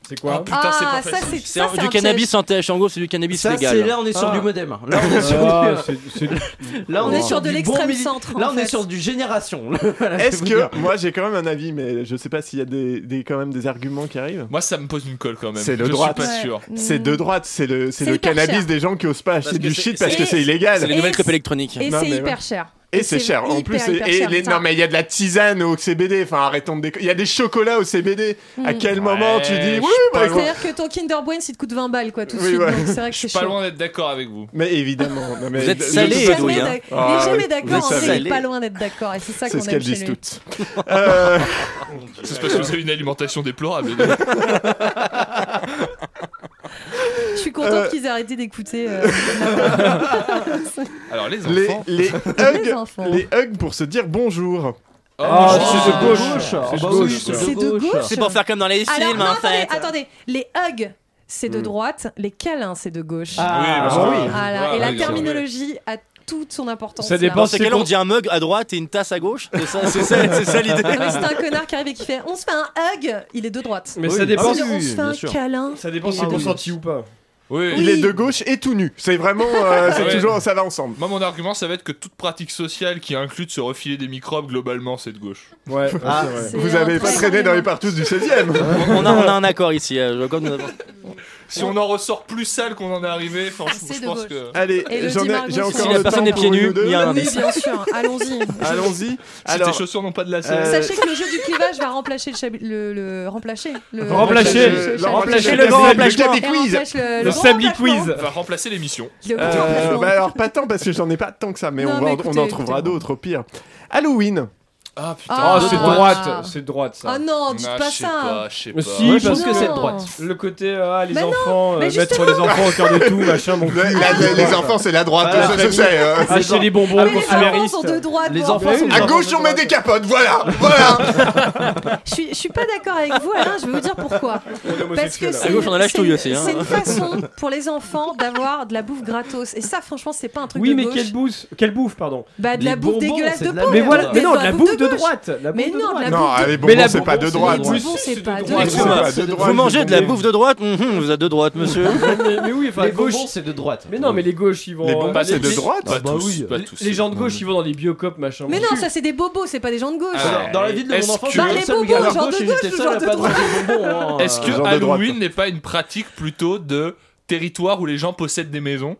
Speaker 1: C'est quoi
Speaker 8: Ah, ça, c'est
Speaker 18: C'est
Speaker 8: ça,
Speaker 18: un-
Speaker 8: c'est
Speaker 18: du
Speaker 8: un
Speaker 18: cannabis
Speaker 8: piège. Ah.
Speaker 18: en TH. En gros, c'est du cannabis
Speaker 11: Ça,
Speaker 18: légal.
Speaker 11: c'est- là, on est sur du
Speaker 9: hein.
Speaker 11: modem. Là, on est sur,
Speaker 1: Ah,
Speaker 11: du-
Speaker 1: c'est-
Speaker 11: Là,
Speaker 8: On est sur de
Speaker 11: du bon
Speaker 8: l'extrême
Speaker 11: mili-
Speaker 8: centre,
Speaker 11: Là,
Speaker 8: en
Speaker 11: on est
Speaker 8: fait.
Speaker 11: sur du génération.
Speaker 9: Est-ce que moi j'ai quand même un avis, mais je sais pas s'il y a des, des- quand même des arguments qui arrivent.
Speaker 10: Moi, ça me pose une colle quand même.
Speaker 9: C'est de
Speaker 10: Je
Speaker 9: droite.
Speaker 10: suis pas sûr.
Speaker 9: C'est de droite, c'est le,
Speaker 8: Mm. C'est
Speaker 9: c'est le
Speaker 8: hyper
Speaker 9: cannabis
Speaker 8: cher.
Speaker 9: des gens qui osent pas acheter
Speaker 18: Parce que
Speaker 9: du
Speaker 18: c'est-
Speaker 9: shit parce
Speaker 18: c'est-
Speaker 9: que c'est illégal.
Speaker 18: c'est les nouvelles clopes électroniques.
Speaker 8: Et
Speaker 9: Non,
Speaker 8: c'est
Speaker 9: mais
Speaker 8: hyper
Speaker 9: ouais.
Speaker 8: cher.
Speaker 9: Et c'est cher. En
Speaker 8: hyper,
Speaker 9: plus, et,
Speaker 8: hyper
Speaker 9: et
Speaker 8: cher,
Speaker 9: les-
Speaker 8: putain.
Speaker 9: non mais il y a de la tisane au CBD. Enfin, arrêtons de déconner. Il y a des chocolats au CBD. À
Speaker 8: Mm.
Speaker 9: quel moment tu
Speaker 10: je
Speaker 9: dis
Speaker 10: suis
Speaker 9: oui bah, écoute-
Speaker 8: C'est-à-dire que ton Kinder Bueno, il te coûte 20 balles, quoi, tout de
Speaker 9: Oui,
Speaker 8: suite.
Speaker 9: ouais.
Speaker 8: Donc c'est vrai que c'est
Speaker 10: Pas
Speaker 8: chaud.
Speaker 10: loin d'être d'accord avec vous.
Speaker 9: Mais évidemment. non, mais
Speaker 18: Vous êtes
Speaker 9: je- je-
Speaker 18: salés,
Speaker 9: je-
Speaker 18: les douilles, hein.
Speaker 8: D'ac- Il
Speaker 9: Ah,
Speaker 8: est jamais
Speaker 9: oui,
Speaker 8: d'accord,
Speaker 9: vous êtes
Speaker 8: André, il
Speaker 9: salés.
Speaker 8: est pas loin d'être d'accord. Et c'est ça
Speaker 9: C'est
Speaker 8: qu'on
Speaker 9: ce qu'elles
Speaker 8: aime chez
Speaker 9: disent
Speaker 8: lui.
Speaker 9: toutes. Euh,
Speaker 10: C'est parce que vous avez une alimentation déplorable.
Speaker 8: Je suis
Speaker 9: Euh,
Speaker 8: contente qu'ils aient arrêté d'écouter. euh,
Speaker 10: Alors, les
Speaker 9: les
Speaker 10: enfants.
Speaker 9: les
Speaker 8: Les
Speaker 9: hugs,
Speaker 8: enfants.
Speaker 9: les hugs pour se dire bonjour.
Speaker 1: Oh,
Speaker 10: Ah,
Speaker 9: bonjour.
Speaker 10: c'est de gauche.
Speaker 1: Ah,
Speaker 9: C'est de
Speaker 18: bah
Speaker 9: gauche.
Speaker 18: oui, c'est
Speaker 8: C'est de gauche.
Speaker 18: C'est pour faire comme dans les
Speaker 8: Alors,
Speaker 18: films,
Speaker 8: non,
Speaker 18: en
Speaker 8: attendez,
Speaker 18: fait.
Speaker 8: attendez. Les hugs, c'est de droite. Les câlins, c'est de gauche.
Speaker 18: Hmm. Ah, oui, bah,
Speaker 8: Voilà.
Speaker 18: oui.
Speaker 8: Voilà.
Speaker 18: Ouais,
Speaker 8: Et la
Speaker 18: ouais,
Speaker 8: terminologie a toute son importance.
Speaker 1: Ça
Speaker 8: là.
Speaker 1: dépend
Speaker 18: C'est
Speaker 1: c'est
Speaker 18: quel
Speaker 1: pour-
Speaker 18: on dit un mug à droite et une tasse à gauche C'est ça, c'est ça, c'est ça l'idée.
Speaker 8: Ah oui, c'est un connard qui arrive et qui fait on se fait un hug, il est de droite.
Speaker 1: Mais
Speaker 18: Ah
Speaker 1: ça dépend.
Speaker 8: C'est-à-dire, on se fait un câlin.
Speaker 1: Ça dépend si
Speaker 8: Ah oui.
Speaker 1: c'est consenti ou pas.
Speaker 10: Oui.
Speaker 9: Il est de gauche et tout nu. C'est vraiment,
Speaker 1: Ah
Speaker 9: euh, c'est
Speaker 10: Ouais.
Speaker 9: toujours, ça va ensemble.
Speaker 10: Moi, mon argument, ça va être que toute pratique sociale qui inclut de se refiler des microbes, globalement, c'est de gauche.
Speaker 1: Ouais.
Speaker 9: Ah,
Speaker 1: c'est vrai.
Speaker 9: vous avez pas traîné dans les partous du 16 e
Speaker 18: On a, on a un accord ici. euh, je vois comme nous avons-
Speaker 10: Si on en ressort plus sale qu'on en est arrivé, enfin, je-
Speaker 8: C'est
Speaker 10: je
Speaker 8: de
Speaker 10: pense
Speaker 8: gauche.
Speaker 10: que.
Speaker 9: Allez,
Speaker 8: Et le
Speaker 9: j'en ai-
Speaker 8: dimanche aussi.
Speaker 9: j'ai encore
Speaker 8: Si la
Speaker 9: le
Speaker 8: personne
Speaker 9: temps
Speaker 8: est
Speaker 9: pour
Speaker 8: pieds
Speaker 9: une
Speaker 8: nus,
Speaker 9: ou deux.
Speaker 8: il y a un- Oui, bien sûr, allons-y.
Speaker 9: Allons-y.
Speaker 10: Si tes
Speaker 9: Alors,
Speaker 10: chaussures n'ont pas de lacets.
Speaker 9: euh,
Speaker 8: Sachez que le jeu du clivage va remplacer le, chabi- le, le remplacer le
Speaker 1: Remplacer le-
Speaker 8: le-
Speaker 1: le- remplacer
Speaker 8: le-
Speaker 1: le grand
Speaker 8: le-
Speaker 1: remplacement.
Speaker 8: et remplace le- le grand remplacement.
Speaker 10: va remplacer l'émission.
Speaker 8: Le
Speaker 9: Euh,
Speaker 8: remplacement.
Speaker 9: bah alors pas tant parce que j'en ai pas tant que ça, mais,
Speaker 8: Non,
Speaker 9: on, va
Speaker 8: mais
Speaker 9: en-
Speaker 8: écoutez,
Speaker 9: on en trouvera d'autres au pire. Halloween.
Speaker 10: Ah
Speaker 1: putain. Ah, c'est de droite, c'est de droite ça.
Speaker 8: Ah non, dites
Speaker 1: Ah,
Speaker 8: pas
Speaker 1: je sais
Speaker 8: ça.
Speaker 1: pas, je sais Mais pas. si, Moi, je parce pense que que c'est de non. droite. Le côté ah,
Speaker 8: bah
Speaker 1: les enfants, euh, mettre les enfants au cœur de tout, machin, mon
Speaker 9: La- la- les enfants, c'est la droite,
Speaker 1: Ah,
Speaker 9: je-
Speaker 1: la
Speaker 9: je
Speaker 1: famille.
Speaker 9: sais, euh.
Speaker 1: Acheter des bonbons
Speaker 9: Ah, mais les enfants
Speaker 1: consuméristes.
Speaker 8: sont de droite, Les
Speaker 9: enfants sont À gauche, on met des capotes, voilà,
Speaker 8: Je suis, je suis pas d'accord avec vous, Alain, je vais vous dire pourquoi. Parce que
Speaker 18: À
Speaker 8: c'est
Speaker 18: gauche, on a l'âge
Speaker 8: c'est-
Speaker 18: touille aussi, hein.
Speaker 8: c'est une façon pour les enfants d'avoir de la bouffe gratos. Et ça, franchement, c'est pas un truc
Speaker 1: Oui,
Speaker 8: de
Speaker 1: mais
Speaker 8: gauche.
Speaker 1: quelle bouffe Quelle bouffe, pardon
Speaker 8: Bah, de la
Speaker 1: Des
Speaker 8: bouffe
Speaker 1: bonbons,
Speaker 8: dégueulasse
Speaker 1: c'est
Speaker 8: de
Speaker 1: la
Speaker 8: pauvre.
Speaker 1: Mais voilà,
Speaker 8: Des
Speaker 1: mais non, de la
Speaker 8: bonbons
Speaker 1: bouffe de
Speaker 8: gauche.
Speaker 1: droite. la bouffe
Speaker 8: Mais
Speaker 1: de
Speaker 8: non, de
Speaker 1: droite.
Speaker 8: la
Speaker 9: Non, ah,
Speaker 8: bouffe de
Speaker 9: les
Speaker 8: gauche.
Speaker 9: bonbons, c'est pas de droite.
Speaker 8: Les bonbons, c'est pas de
Speaker 1: droite.
Speaker 8: droite.
Speaker 1: pas de droite,
Speaker 18: Vous mangez de la
Speaker 1: demandez.
Speaker 18: bouffe de droite Mhm, Vous êtes de droite, monsieur.
Speaker 1: mais, mais oui, enfin,
Speaker 18: Les
Speaker 1: gauche.
Speaker 18: bonbons, c'est de droite.
Speaker 1: Mais non, mais les gauches, ils vont.
Speaker 18: Les bonbons,
Speaker 1: bah,
Speaker 18: c'est de
Speaker 1: les-
Speaker 18: droite Pas
Speaker 1: bah
Speaker 18: tous,
Speaker 1: oui.
Speaker 18: pas tous.
Speaker 1: Les gens de gauche, ils vont dans les biocopes, machin.
Speaker 8: Mais non, ça, c'est des bobos, c'est pas des gens de gauche.
Speaker 9: Ah,
Speaker 1: Alors, dans la ville de mon
Speaker 8: Est-ce
Speaker 1: enfance,
Speaker 8: bah,
Speaker 1: j'étais
Speaker 8: les
Speaker 1: le seul
Speaker 8: bobos,
Speaker 1: gars
Speaker 8: genre
Speaker 1: à
Speaker 8: de
Speaker 1: gauche et
Speaker 8: gauche
Speaker 1: j'étais
Speaker 8: ou
Speaker 1: seul
Speaker 8: genre
Speaker 1: à
Speaker 8: de
Speaker 1: pas
Speaker 8: droite.
Speaker 1: Oh,
Speaker 10: Est-ce que
Speaker 9: Genre de
Speaker 10: Halloween n'est pas une pratique plutôt de territoire où les gens possèdent des maisons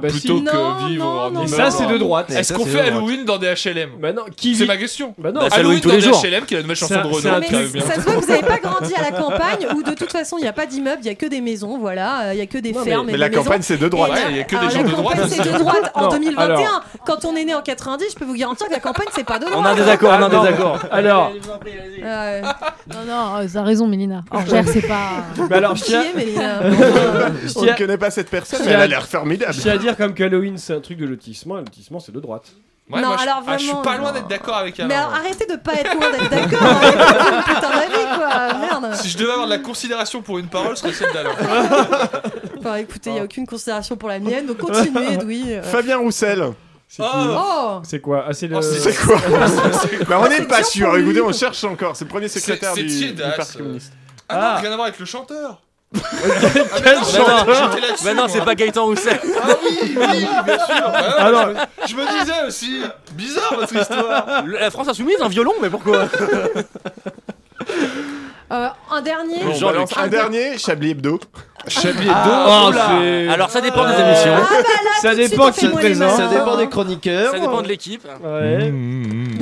Speaker 10: plutôt
Speaker 1: si.
Speaker 10: que
Speaker 1: Non,
Speaker 10: vivre
Speaker 1: non,
Speaker 10: en
Speaker 1: non,
Speaker 10: immeuble.
Speaker 1: Ça, c'est de droite.
Speaker 10: Est-ce
Speaker 1: Ça,
Speaker 10: qu'on
Speaker 1: c'est
Speaker 10: fait
Speaker 1: de droite.
Speaker 10: Halloween dans des HLM
Speaker 1: Bah non, qui
Speaker 10: C'est
Speaker 1: vit-
Speaker 10: ma question.
Speaker 1: Bah non.
Speaker 10: Halloween,
Speaker 1: Bah, c'est Halloween
Speaker 10: dans
Speaker 1: tous les
Speaker 10: des
Speaker 1: jours.
Speaker 10: HLM qui a une nouvelle
Speaker 1: C'est
Speaker 10: chanson
Speaker 1: un-
Speaker 10: de
Speaker 1: c'est
Speaker 10: Renaud.
Speaker 1: un
Speaker 10: qui
Speaker 1: truc-
Speaker 10: arrive bien.
Speaker 8: Ça se voit que vous n'avez pas grandi à la campagne où de toute façon il n'y a pas d'immeuble, il n'y a que des maisons, voilà, Euh, il n'y a que des
Speaker 9: Non, mais-
Speaker 8: fermes. et
Speaker 9: mais
Speaker 8: des
Speaker 9: la
Speaker 8: maisons. Eh
Speaker 9: campagne, c'est de droite.
Speaker 8: Et
Speaker 9: Ouais,
Speaker 8: la-
Speaker 9: il y a que
Speaker 8: alors,
Speaker 9: des gens
Speaker 8: la
Speaker 9: de droite.
Speaker 8: campagne, c'est de droite en
Speaker 1: Non,
Speaker 8: 2021.
Speaker 1: alors-
Speaker 8: Quand on est né en 90, je peux vous garantir que la campagne c'est pas de droite. Ah,
Speaker 18: On a des accords, on a
Speaker 1: non.
Speaker 18: des accords.
Speaker 1: Alors,
Speaker 8: Euh,
Speaker 19: Non, non, euh, t'as raison, Mélina. Orgère, c'est pas.
Speaker 1: mais alors, je
Speaker 8: Qui
Speaker 1: tiens-
Speaker 8: est Mélina euh,
Speaker 9: On ne connaît pas cette personne, mais elle a l'air formidable.
Speaker 1: Je tiens à dire comme qu'Halloween, c'est un truc de lotissement. et Le lotissement, c'est de droite.
Speaker 10: Ouais,
Speaker 8: Non,
Speaker 10: moi, je-
Speaker 8: alors
Speaker 10: ah, je suis
Speaker 8: vraiment,
Speaker 10: pas
Speaker 8: non.
Speaker 10: loin d'être d'accord avec hein.
Speaker 8: Mais
Speaker 10: Alain.
Speaker 8: alors arrêtez de pas être loin d'être d'accord. avec votre Putain d'avis quoi, merde.
Speaker 10: Si je devais avoir de la considération pour une parole, ce serait celle d'Alain.
Speaker 8: Enfin écoutez, il
Speaker 10: Ah.
Speaker 8: n'y a aucune considération pour la mienne, donc continuez, Edoui. euh.
Speaker 9: Fabien Roussel.
Speaker 8: Oh
Speaker 1: C'est quoi Ah, c'est le.
Speaker 9: C'est quoi Bah, on
Speaker 1: C'est
Speaker 9: n'est pas
Speaker 1: dur pour
Speaker 9: sûr,
Speaker 1: lui.
Speaker 9: écoutez, on cherche encore. C'est le premier
Speaker 10: C'est-
Speaker 9: secrétaire
Speaker 10: c'est
Speaker 9: du,
Speaker 10: Thiers,
Speaker 9: du
Speaker 10: ah,
Speaker 9: Parti
Speaker 10: c'est-
Speaker 9: communiste.
Speaker 10: Ah non, rien à voir avec le chanteur. Ah,
Speaker 18: Quel
Speaker 10: chanteur
Speaker 18: Mais Bah non, c'est pas Gaëtan Roussel.
Speaker 10: Ah oui, oui, bien sûr. Bah non, je, je me disais aussi, bizarre votre histoire.
Speaker 18: Le- La France Insoumise, un violon, mais pourquoi
Speaker 8: Euh, un dernier.
Speaker 9: Bon, on balance un dernier, Chablis Hebdo.
Speaker 10: Chablis
Speaker 18: Ah, oula. Alors ça dépend des émissions.
Speaker 1: ça dépend qui te présente.
Speaker 11: Ça dépend des chroniqueurs.
Speaker 18: Ça dépend de l'équipe.
Speaker 1: Ouais. Euh,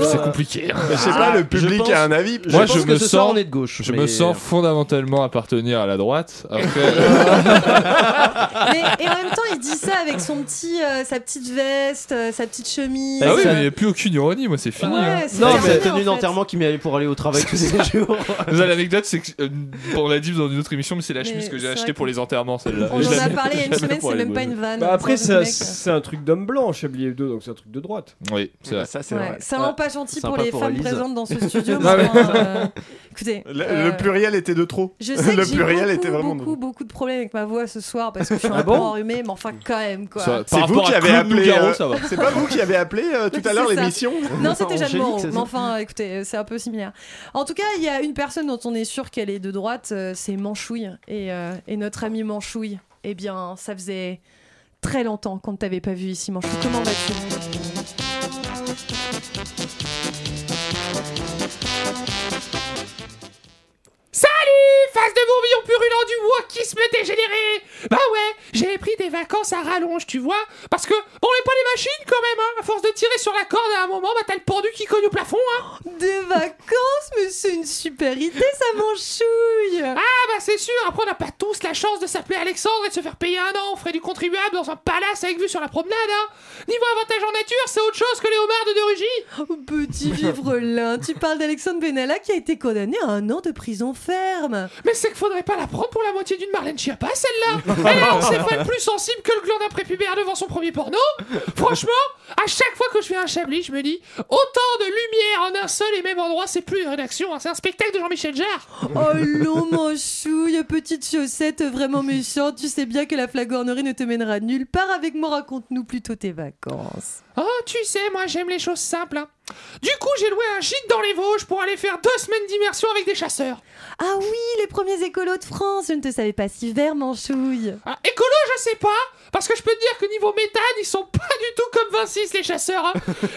Speaker 10: C'est compliqué.
Speaker 9: Je sais pas, le public
Speaker 11: pense-
Speaker 9: a un avis.
Speaker 11: Moi, je me sens. on est de gauche.
Speaker 10: Je
Speaker 11: mais-
Speaker 10: me sens fondamentalement appartenir à la droite. Après,
Speaker 8: Mais, et en même temps, il dit ça avec son petit, euh, sa petite veste, euh, sa petite chemise.
Speaker 10: ah oui, mais il n'y a plus aucune ironie, moi, c'est fini.
Speaker 8: Ouais,
Speaker 10: hein.
Speaker 8: c'est
Speaker 11: Non,
Speaker 8: terminé,
Speaker 11: mais
Speaker 8: en
Speaker 11: tenue
Speaker 8: fait.
Speaker 11: d'enterrement qui m'allait pour aller au travail tous les jours.
Speaker 10: Ça, L'anecdote, c'est que euh, on l'a dit dans une autre émission, mais c'est la
Speaker 8: Mais
Speaker 10: chemise que j'ai
Speaker 8: c'est
Speaker 10: achetée
Speaker 8: vrai
Speaker 10: pour les enterrements, celle-là.
Speaker 8: On en
Speaker 10: Je
Speaker 8: a
Speaker 10: l'avais-
Speaker 8: parlé il y a une
Speaker 10: je l'avais
Speaker 8: semaine,
Speaker 10: pour
Speaker 8: c'est
Speaker 10: aller
Speaker 8: même pas
Speaker 10: bosser.
Speaker 8: une vanne.
Speaker 1: Bah après,
Speaker 8: c'est un truc
Speaker 1: ça-
Speaker 8: de mec.
Speaker 1: c'est un truc d'homme blanc, Chablis Hebdo, donc c'est un truc de droite.
Speaker 10: Oui, c'est vrai.
Speaker 9: Ça, c'est
Speaker 8: Ouais,
Speaker 9: vrai.
Speaker 8: c'est vraiment pas gentil pour
Speaker 1: Sympa
Speaker 8: les
Speaker 1: pour
Speaker 8: femmes
Speaker 1: Elise. Ah
Speaker 8: présentes dans ce studio.
Speaker 1: Non,
Speaker 8: mais
Speaker 1: mais-
Speaker 8: bon, euh, écoutez,
Speaker 9: Le, le
Speaker 8: euh,
Speaker 9: pluriel était de trop.
Speaker 8: Je sais
Speaker 9: le
Speaker 8: que j'ai
Speaker 9: pluriel
Speaker 8: beaucoup,
Speaker 9: était vraiment
Speaker 8: beaucoup, beaucoup de problèmes avec ma voix ce soir parce que je suis un
Speaker 9: Ah
Speaker 8: peu
Speaker 9: bon
Speaker 8: enrhumée, mais enfin quand même quoi.
Speaker 9: de C'est vous
Speaker 10: rapport
Speaker 9: qui
Speaker 10: à
Speaker 9: avez
Speaker 10: Claude
Speaker 9: appelé.
Speaker 10: Nougaro,
Speaker 9: euh,
Speaker 10: ça va.
Speaker 9: C'est pas vous qui avez appelé euh, tout à l'heure
Speaker 8: C'est ça.
Speaker 9: l'émission
Speaker 8: Non, c'était Jeanne
Speaker 9: Angélique,
Speaker 8: Moreau.
Speaker 9: ça, c'est-
Speaker 8: Mais enfin, écoutez, euh, c'est un peu similaire. En tout cas, il y a une personne dont on est sûr qu'elle est de droite, euh, c'est Manchouille. Et, euh, et notre ami Manchouille, eh bien, ça faisait très longtemps qu'on ne t'avait pas vu ici, Manchouille. Comment vas-tu
Speaker 20: Salut, face de tourbillon purulent du bois qui se me dégénérer Bah ouais, j'ai pris des vacances à rallonge, tu vois, parce que bon, on est pas des machines quand même, hein. À force de tirer sur la corde à un moment, bah t'as le pendu qui cogne au plafond, hein.
Speaker 8: Des vacances, mais c'est une super idée, ça manchouille Ah
Speaker 20: bah c'est sûr, après on n'a pas tous la chance de s'appeler Alexandre et de se faire payer un an aux frais du contribuable dans un palace avec vue sur la promenade, hein. Niveau avantage en nature, c'est autre chose que les homards de De Rugy.
Speaker 8: Oh, Petit vivrelin, tu parles d'Alexandre Benalla qui a été condamné à un an de prison ferme.
Speaker 20: Mais c'est qu'il faudrait pas la prendre pour la moitié d'une Marlène Schiappa, celle-là Eh, Elle a un céphale plus sensible que le gland prépubère devant son premier porno Franchement, à chaque fois que je fais un chablis, je me dis autant de lumière en un seul et même endroit, c'est plus une rédaction, hein, c'est un spectacle de Jean-Michel Jarre
Speaker 8: Oh l'on manchouille, petite chaussette vraiment méchante, tu sais bien que la flagornerie ne te mènera nulle part avec moi, raconte-nous plutôt tes vacances.
Speaker 20: Oh, tu sais, moi j'aime les choses simples. hein. Du coup, j'ai loué un gîte dans les Vosges pour aller faire deux semaines d'immersion avec des chasseurs.
Speaker 8: Ah oui, les premiers écolos de France, je ne te savais pas si vert manchouille.
Speaker 20: Ah, écolo, je sais pas, parce que je peux te dire que niveau méthane, ils sont pas du tout comme 26 les chasseurs. hein.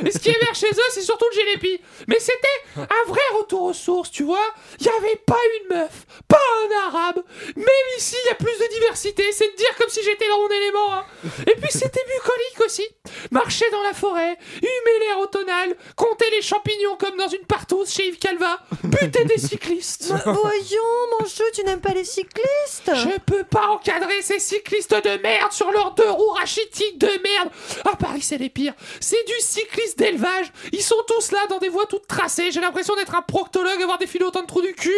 Speaker 20: Et ce qui est vert chez eux, c'est surtout le génépi. Mais c'était un vrai retour aux sources, tu vois. Il y avait pas une meuf, pas un arabe, arabe. Même ici, il y a plus de diversité. C'est de dire comme si j'étais dans mon élément. hein. Et puis c'était bucolique aussi. Marcher dans la forêt, humer l'air automnal, compter les champignons comme dans une partouze chez Yves Calva, buter des cyclistes.
Speaker 8: Voyons, mon chou, tu n'aimes pas les cyclistes
Speaker 20: Je peux pas encadrer ces cyclistes de merde sur leurs deux roues rachitiques de merde. À Paris, c'est les pires. C'est du cycliste d'élevage. Ils sont tous là dans des voies toutes tracées. J'ai l'impression d'être un proctologue et avoir défilé autant de trous du cul.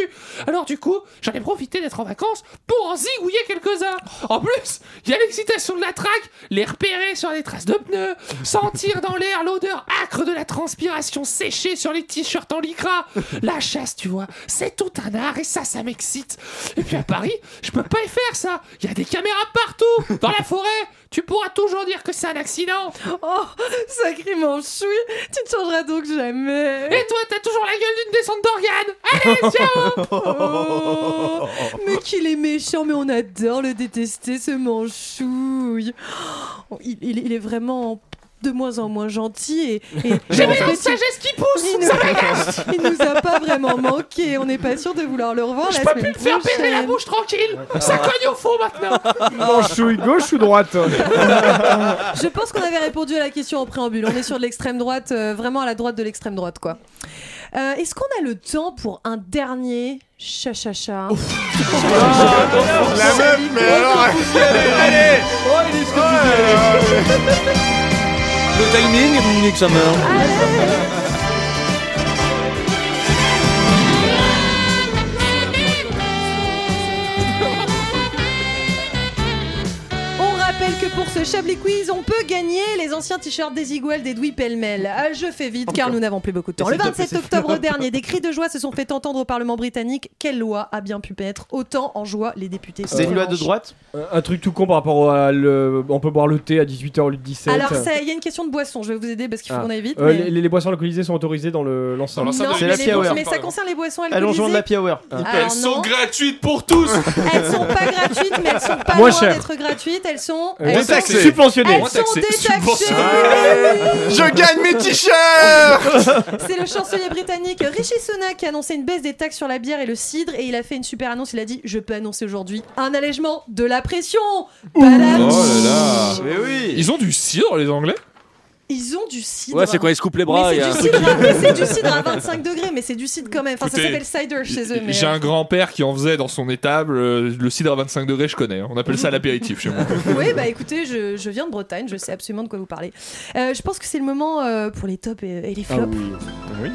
Speaker 20: Alors du coup, j'en ai profité d'être en vacances pour en zigouiller quelques-uns. En plus, il y a l'excitation de la traque, les repérer sur les traces de pneus, sentir dans l'air l'odeur acre de la transpiration séchée sur les t-shirts en lycra. La chasse, tu vois, c'est tout un art et ça, ça m'excite. Et puis à Paris, je peux pas y faire ça. Il y a des caméras partout, dans la forêt. Tu pourras toujours dire que c'est un accident.
Speaker 8: Oh, sacrément chouille, tu ne changeras donc jamais.
Speaker 20: Et toi, t'as toujours la gueule d'une descente d'organes. Allez, ciao
Speaker 8: Oh, mais qu'il est méchant, mais on adore le détester, ce manchouille. Oh, Il, il- il est vraiment de moins en moins gentil et, et
Speaker 20: J'ai
Speaker 8: et en
Speaker 20: mes dents de
Speaker 8: fait,
Speaker 20: sagesse qui poussent.
Speaker 8: il,
Speaker 20: ça m'agace.
Speaker 8: nous, il nous a pas vraiment manqué. On n'est pas sûr de vouloir le revoir
Speaker 20: Je
Speaker 8: la
Speaker 20: peux
Speaker 8: semaine
Speaker 20: plus me faire péter la
Speaker 8: prochaine.
Speaker 20: bouche tranquille. Ça cogne au fond maintenant.
Speaker 1: Manchouille gauche ou droite
Speaker 8: Je pense qu'on avait répondu à la question en préambule. On est sur de l'extrême droite, euh, vraiment à la droite de l'extrême droite, quoi. Euh, Est-ce qu'on a le temps pour un dernier cha-cha-cha
Speaker 9: La meuf, mais
Speaker 8: Oh,
Speaker 9: alors. Allez Oh, il est
Speaker 18: Le timing, nique sa mère.
Speaker 8: On rappelle que pour ce Chablis Quiz, on peut gagner les anciens t-shirts des Iguales des Douy pêle-mêle. Ah, Je fais vite car nous n'avons plus beaucoup de temps.
Speaker 7: Et
Speaker 8: Le
Speaker 7: c'est top,
Speaker 8: 27
Speaker 7: et c'est
Speaker 8: octobre
Speaker 7: flop.
Speaker 8: dernier, des cris de joie se sont fait entendre au Parlement britannique. Quelle loi a bien pu mettre autant en joie les députés ce dimanche
Speaker 1: Un un truc tout con par rapport au- à le. On peut boire le thé à 18h au lieu de 17
Speaker 8: Alors, ça, il y a une question de boisson. Je vais vous aider parce qu'il faut
Speaker 1: Ah.
Speaker 8: qu'on aille vite.
Speaker 1: Euh,
Speaker 8: mais-
Speaker 1: les, les- les boissons alcoolisées sont autorisées dans le- l'ensemble.
Speaker 8: Non, mais les boissons- mais ça concerne les boissons alcoolisées.
Speaker 1: hour.
Speaker 8: Alors non.
Speaker 10: gratuites pour tous
Speaker 8: Elles sont pas gratuites, mais elles sont pas
Speaker 1: Moins
Speaker 8: loin
Speaker 1: cher.
Speaker 8: d'être gratuites. Elles sont
Speaker 1: Euh,
Speaker 8: elles
Speaker 1: détaxées.
Speaker 8: sont-
Speaker 1: Subventionnées.
Speaker 8: Elles
Speaker 1: Moins
Speaker 8: sont
Speaker 1: taxées.
Speaker 8: détaxées.
Speaker 9: Subventionnées. Je gagne mes t-shirts.
Speaker 8: C'est le chancelier britannique Rishi Sunak qui a annoncé une baisse des taxes sur la bière et le cidre et il a fait une super annonce. Il a dit Je peux annoncer aujourd'hui un allègement de la pression. Badam.
Speaker 10: Oh là là
Speaker 9: Mais oui
Speaker 10: Ils ont du cidre les anglais
Speaker 8: Ils ont du cidre.
Speaker 10: Ouais, c'est quand ils se coupent les bras,
Speaker 8: Mais
Speaker 10: il y a
Speaker 8: c'est
Speaker 10: un
Speaker 8: du,
Speaker 10: truc
Speaker 8: cidre à-
Speaker 10: qui-
Speaker 8: mais c'est du cidre à 25 degrés, mais c'est du cidre quand même. Enfin, ça
Speaker 10: Écoutez,
Speaker 8: s'appelle cider chez eux. mais- euh,
Speaker 10: J'ai un grand-père qui en faisait dans son étable euh, le cidre à 25 degrés, je connais. hein. On appelle ça l'apéritif chez moi.
Speaker 8: Oui, bah écoutez, je, je viens de Bretagne, je sais absolument de quoi vous parlez. Euh, je pense que c'est le moment euh, pour les tops et, et les flops.
Speaker 9: Ah Oui.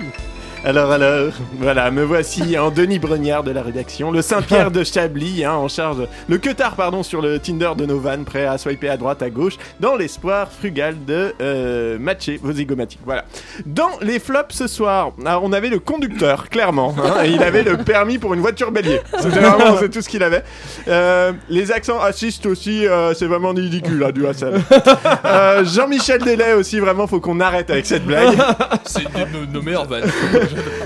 Speaker 9: Alors, alors, voilà, me voici en Denis Breniard de la rédaction, le Saint-Pierre de Chablis, hein, en charge, le queutard, pardon, sur le Tinder de nos vannes, prêt à swiper à droite, à gauche, dans l'espoir frugal de euh, matcher vos zygomatiques. Voilà. Dans les flops ce soir, alors, on avait le conducteur, clairement. hein, et il avait le permis pour une voiture bélier. C'était vraiment c'est tout ce qu'il avait. Euh, les accents assistent aussi, euh, c'est vraiment ridicule, là, du Hassel. Euh, Jean-Michel Delay aussi, vraiment, faut qu'on arrête avec cette blague.
Speaker 10: C'est une de nos- nos meilleures vannes.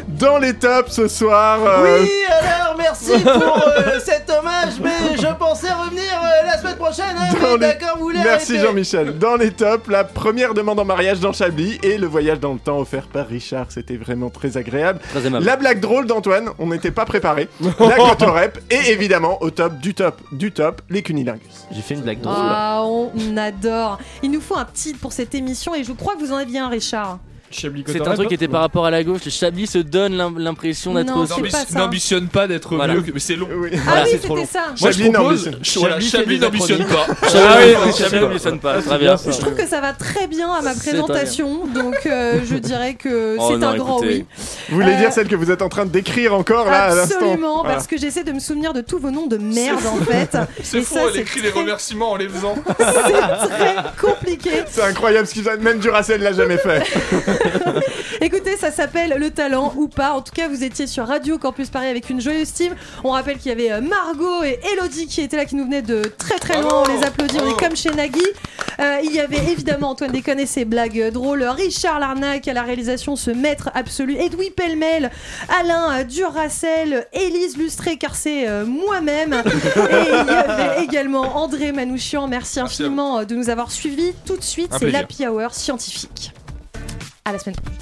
Speaker 9: Dans les tops ce soir. euh,
Speaker 11: Oui, alors merci pour euh, cet hommage, mais je pensais revenir euh, la semaine prochaine. hein,
Speaker 9: dans
Speaker 11: mais
Speaker 9: les-
Speaker 11: D'accord, vous voulez
Speaker 9: Merci
Speaker 11: arrêter
Speaker 9: Jean-Michel. Dans les tops, la première demande en mariage dans Chablis et le voyage dans le temps offert par Richard. C'était vraiment très agréable.
Speaker 18: aimable.
Speaker 9: la blague drôle d'Antoine, on n'était pas préparé. la Cotorep et évidemment au top du top du top, les cunilingus.
Speaker 11: J'ai fait une blague
Speaker 8: Ah, on adore. Il nous faut un titre pour cette émission et je crois que vous en aviez un, Richard.
Speaker 18: C'est un truc qui était par rapport à la gauche. Le Chablis se donne l'im- l'impression d'être
Speaker 8: Non,
Speaker 18: au
Speaker 8: c'est
Speaker 18: sommet.
Speaker 8: pas ça.
Speaker 10: N'ambitionne pas d'être
Speaker 18: Voilà.
Speaker 10: mieux que. Mais c'est long.
Speaker 9: Ah
Speaker 18: Voilà,
Speaker 8: oui,
Speaker 18: c'est trop
Speaker 8: c'était
Speaker 18: long.
Speaker 8: ça.
Speaker 10: Moi, je
Speaker 18: Chablis
Speaker 10: propose.
Speaker 18: n'ambitionne-
Speaker 10: je- Voilà,
Speaker 18: Chablis fait
Speaker 10: Chablis
Speaker 18: des
Speaker 10: n'ambitionne pas.
Speaker 18: acronymes. Ah
Speaker 10: Chablis
Speaker 18: oui,
Speaker 10: n'ambitionne
Speaker 18: Chablis n'ambitionne pas, très
Speaker 10: Ah,
Speaker 18: bien.
Speaker 10: c'est
Speaker 8: Je trouve que ça va très bien à ma
Speaker 9: C'est
Speaker 8: présentation, donc euh, je dirais que
Speaker 9: Oh
Speaker 8: c'est
Speaker 9: non,
Speaker 8: un grand
Speaker 9: écoutez.
Speaker 8: oui.
Speaker 9: Vous voulez
Speaker 8: Euh,
Speaker 9: dire celle que vous êtes en train de décrire encore là à l'instant
Speaker 8: Absolument,
Speaker 9: Voilà.
Speaker 8: parce que j'essaie de me souvenir de tous vos noms de merde en
Speaker 10: fou.
Speaker 8: fait.
Speaker 10: C'est
Speaker 8: Et
Speaker 10: fou,
Speaker 8: ça,
Speaker 10: elle écrit les remerciements en les faisant.
Speaker 8: compliqué.
Speaker 9: C'est incroyable ce qu'ils ont même Duracell l'a jamais fait.
Speaker 8: Écoutez, ça s'appelle Le Talent ou pas. En tout cas, vous étiez sur Radio Campus Paris avec une joyeuse team. On rappelle qu'il y avait euh, Margot et Elodie qui étaient là, qui nous venaient de très très loin. On les applaudit, on est comme chez Nagui. Euh, il y avait évidemment Antoine Déconne et ses blagues euh, drôles. Richard Larnac à la réalisation, ce maître absolu. Edoui Pellemel, Alain euh, Duracel, Élise Lustré, car c'est euh, moi-même. Et il y avait également André Manouchian. Merci infiniment euh, de nous avoir suivis. Tout de suite,
Speaker 7: Un
Speaker 8: c'est
Speaker 7: plaisir.
Speaker 8: l'Happy Hour scientifique. À la semaine prochaine.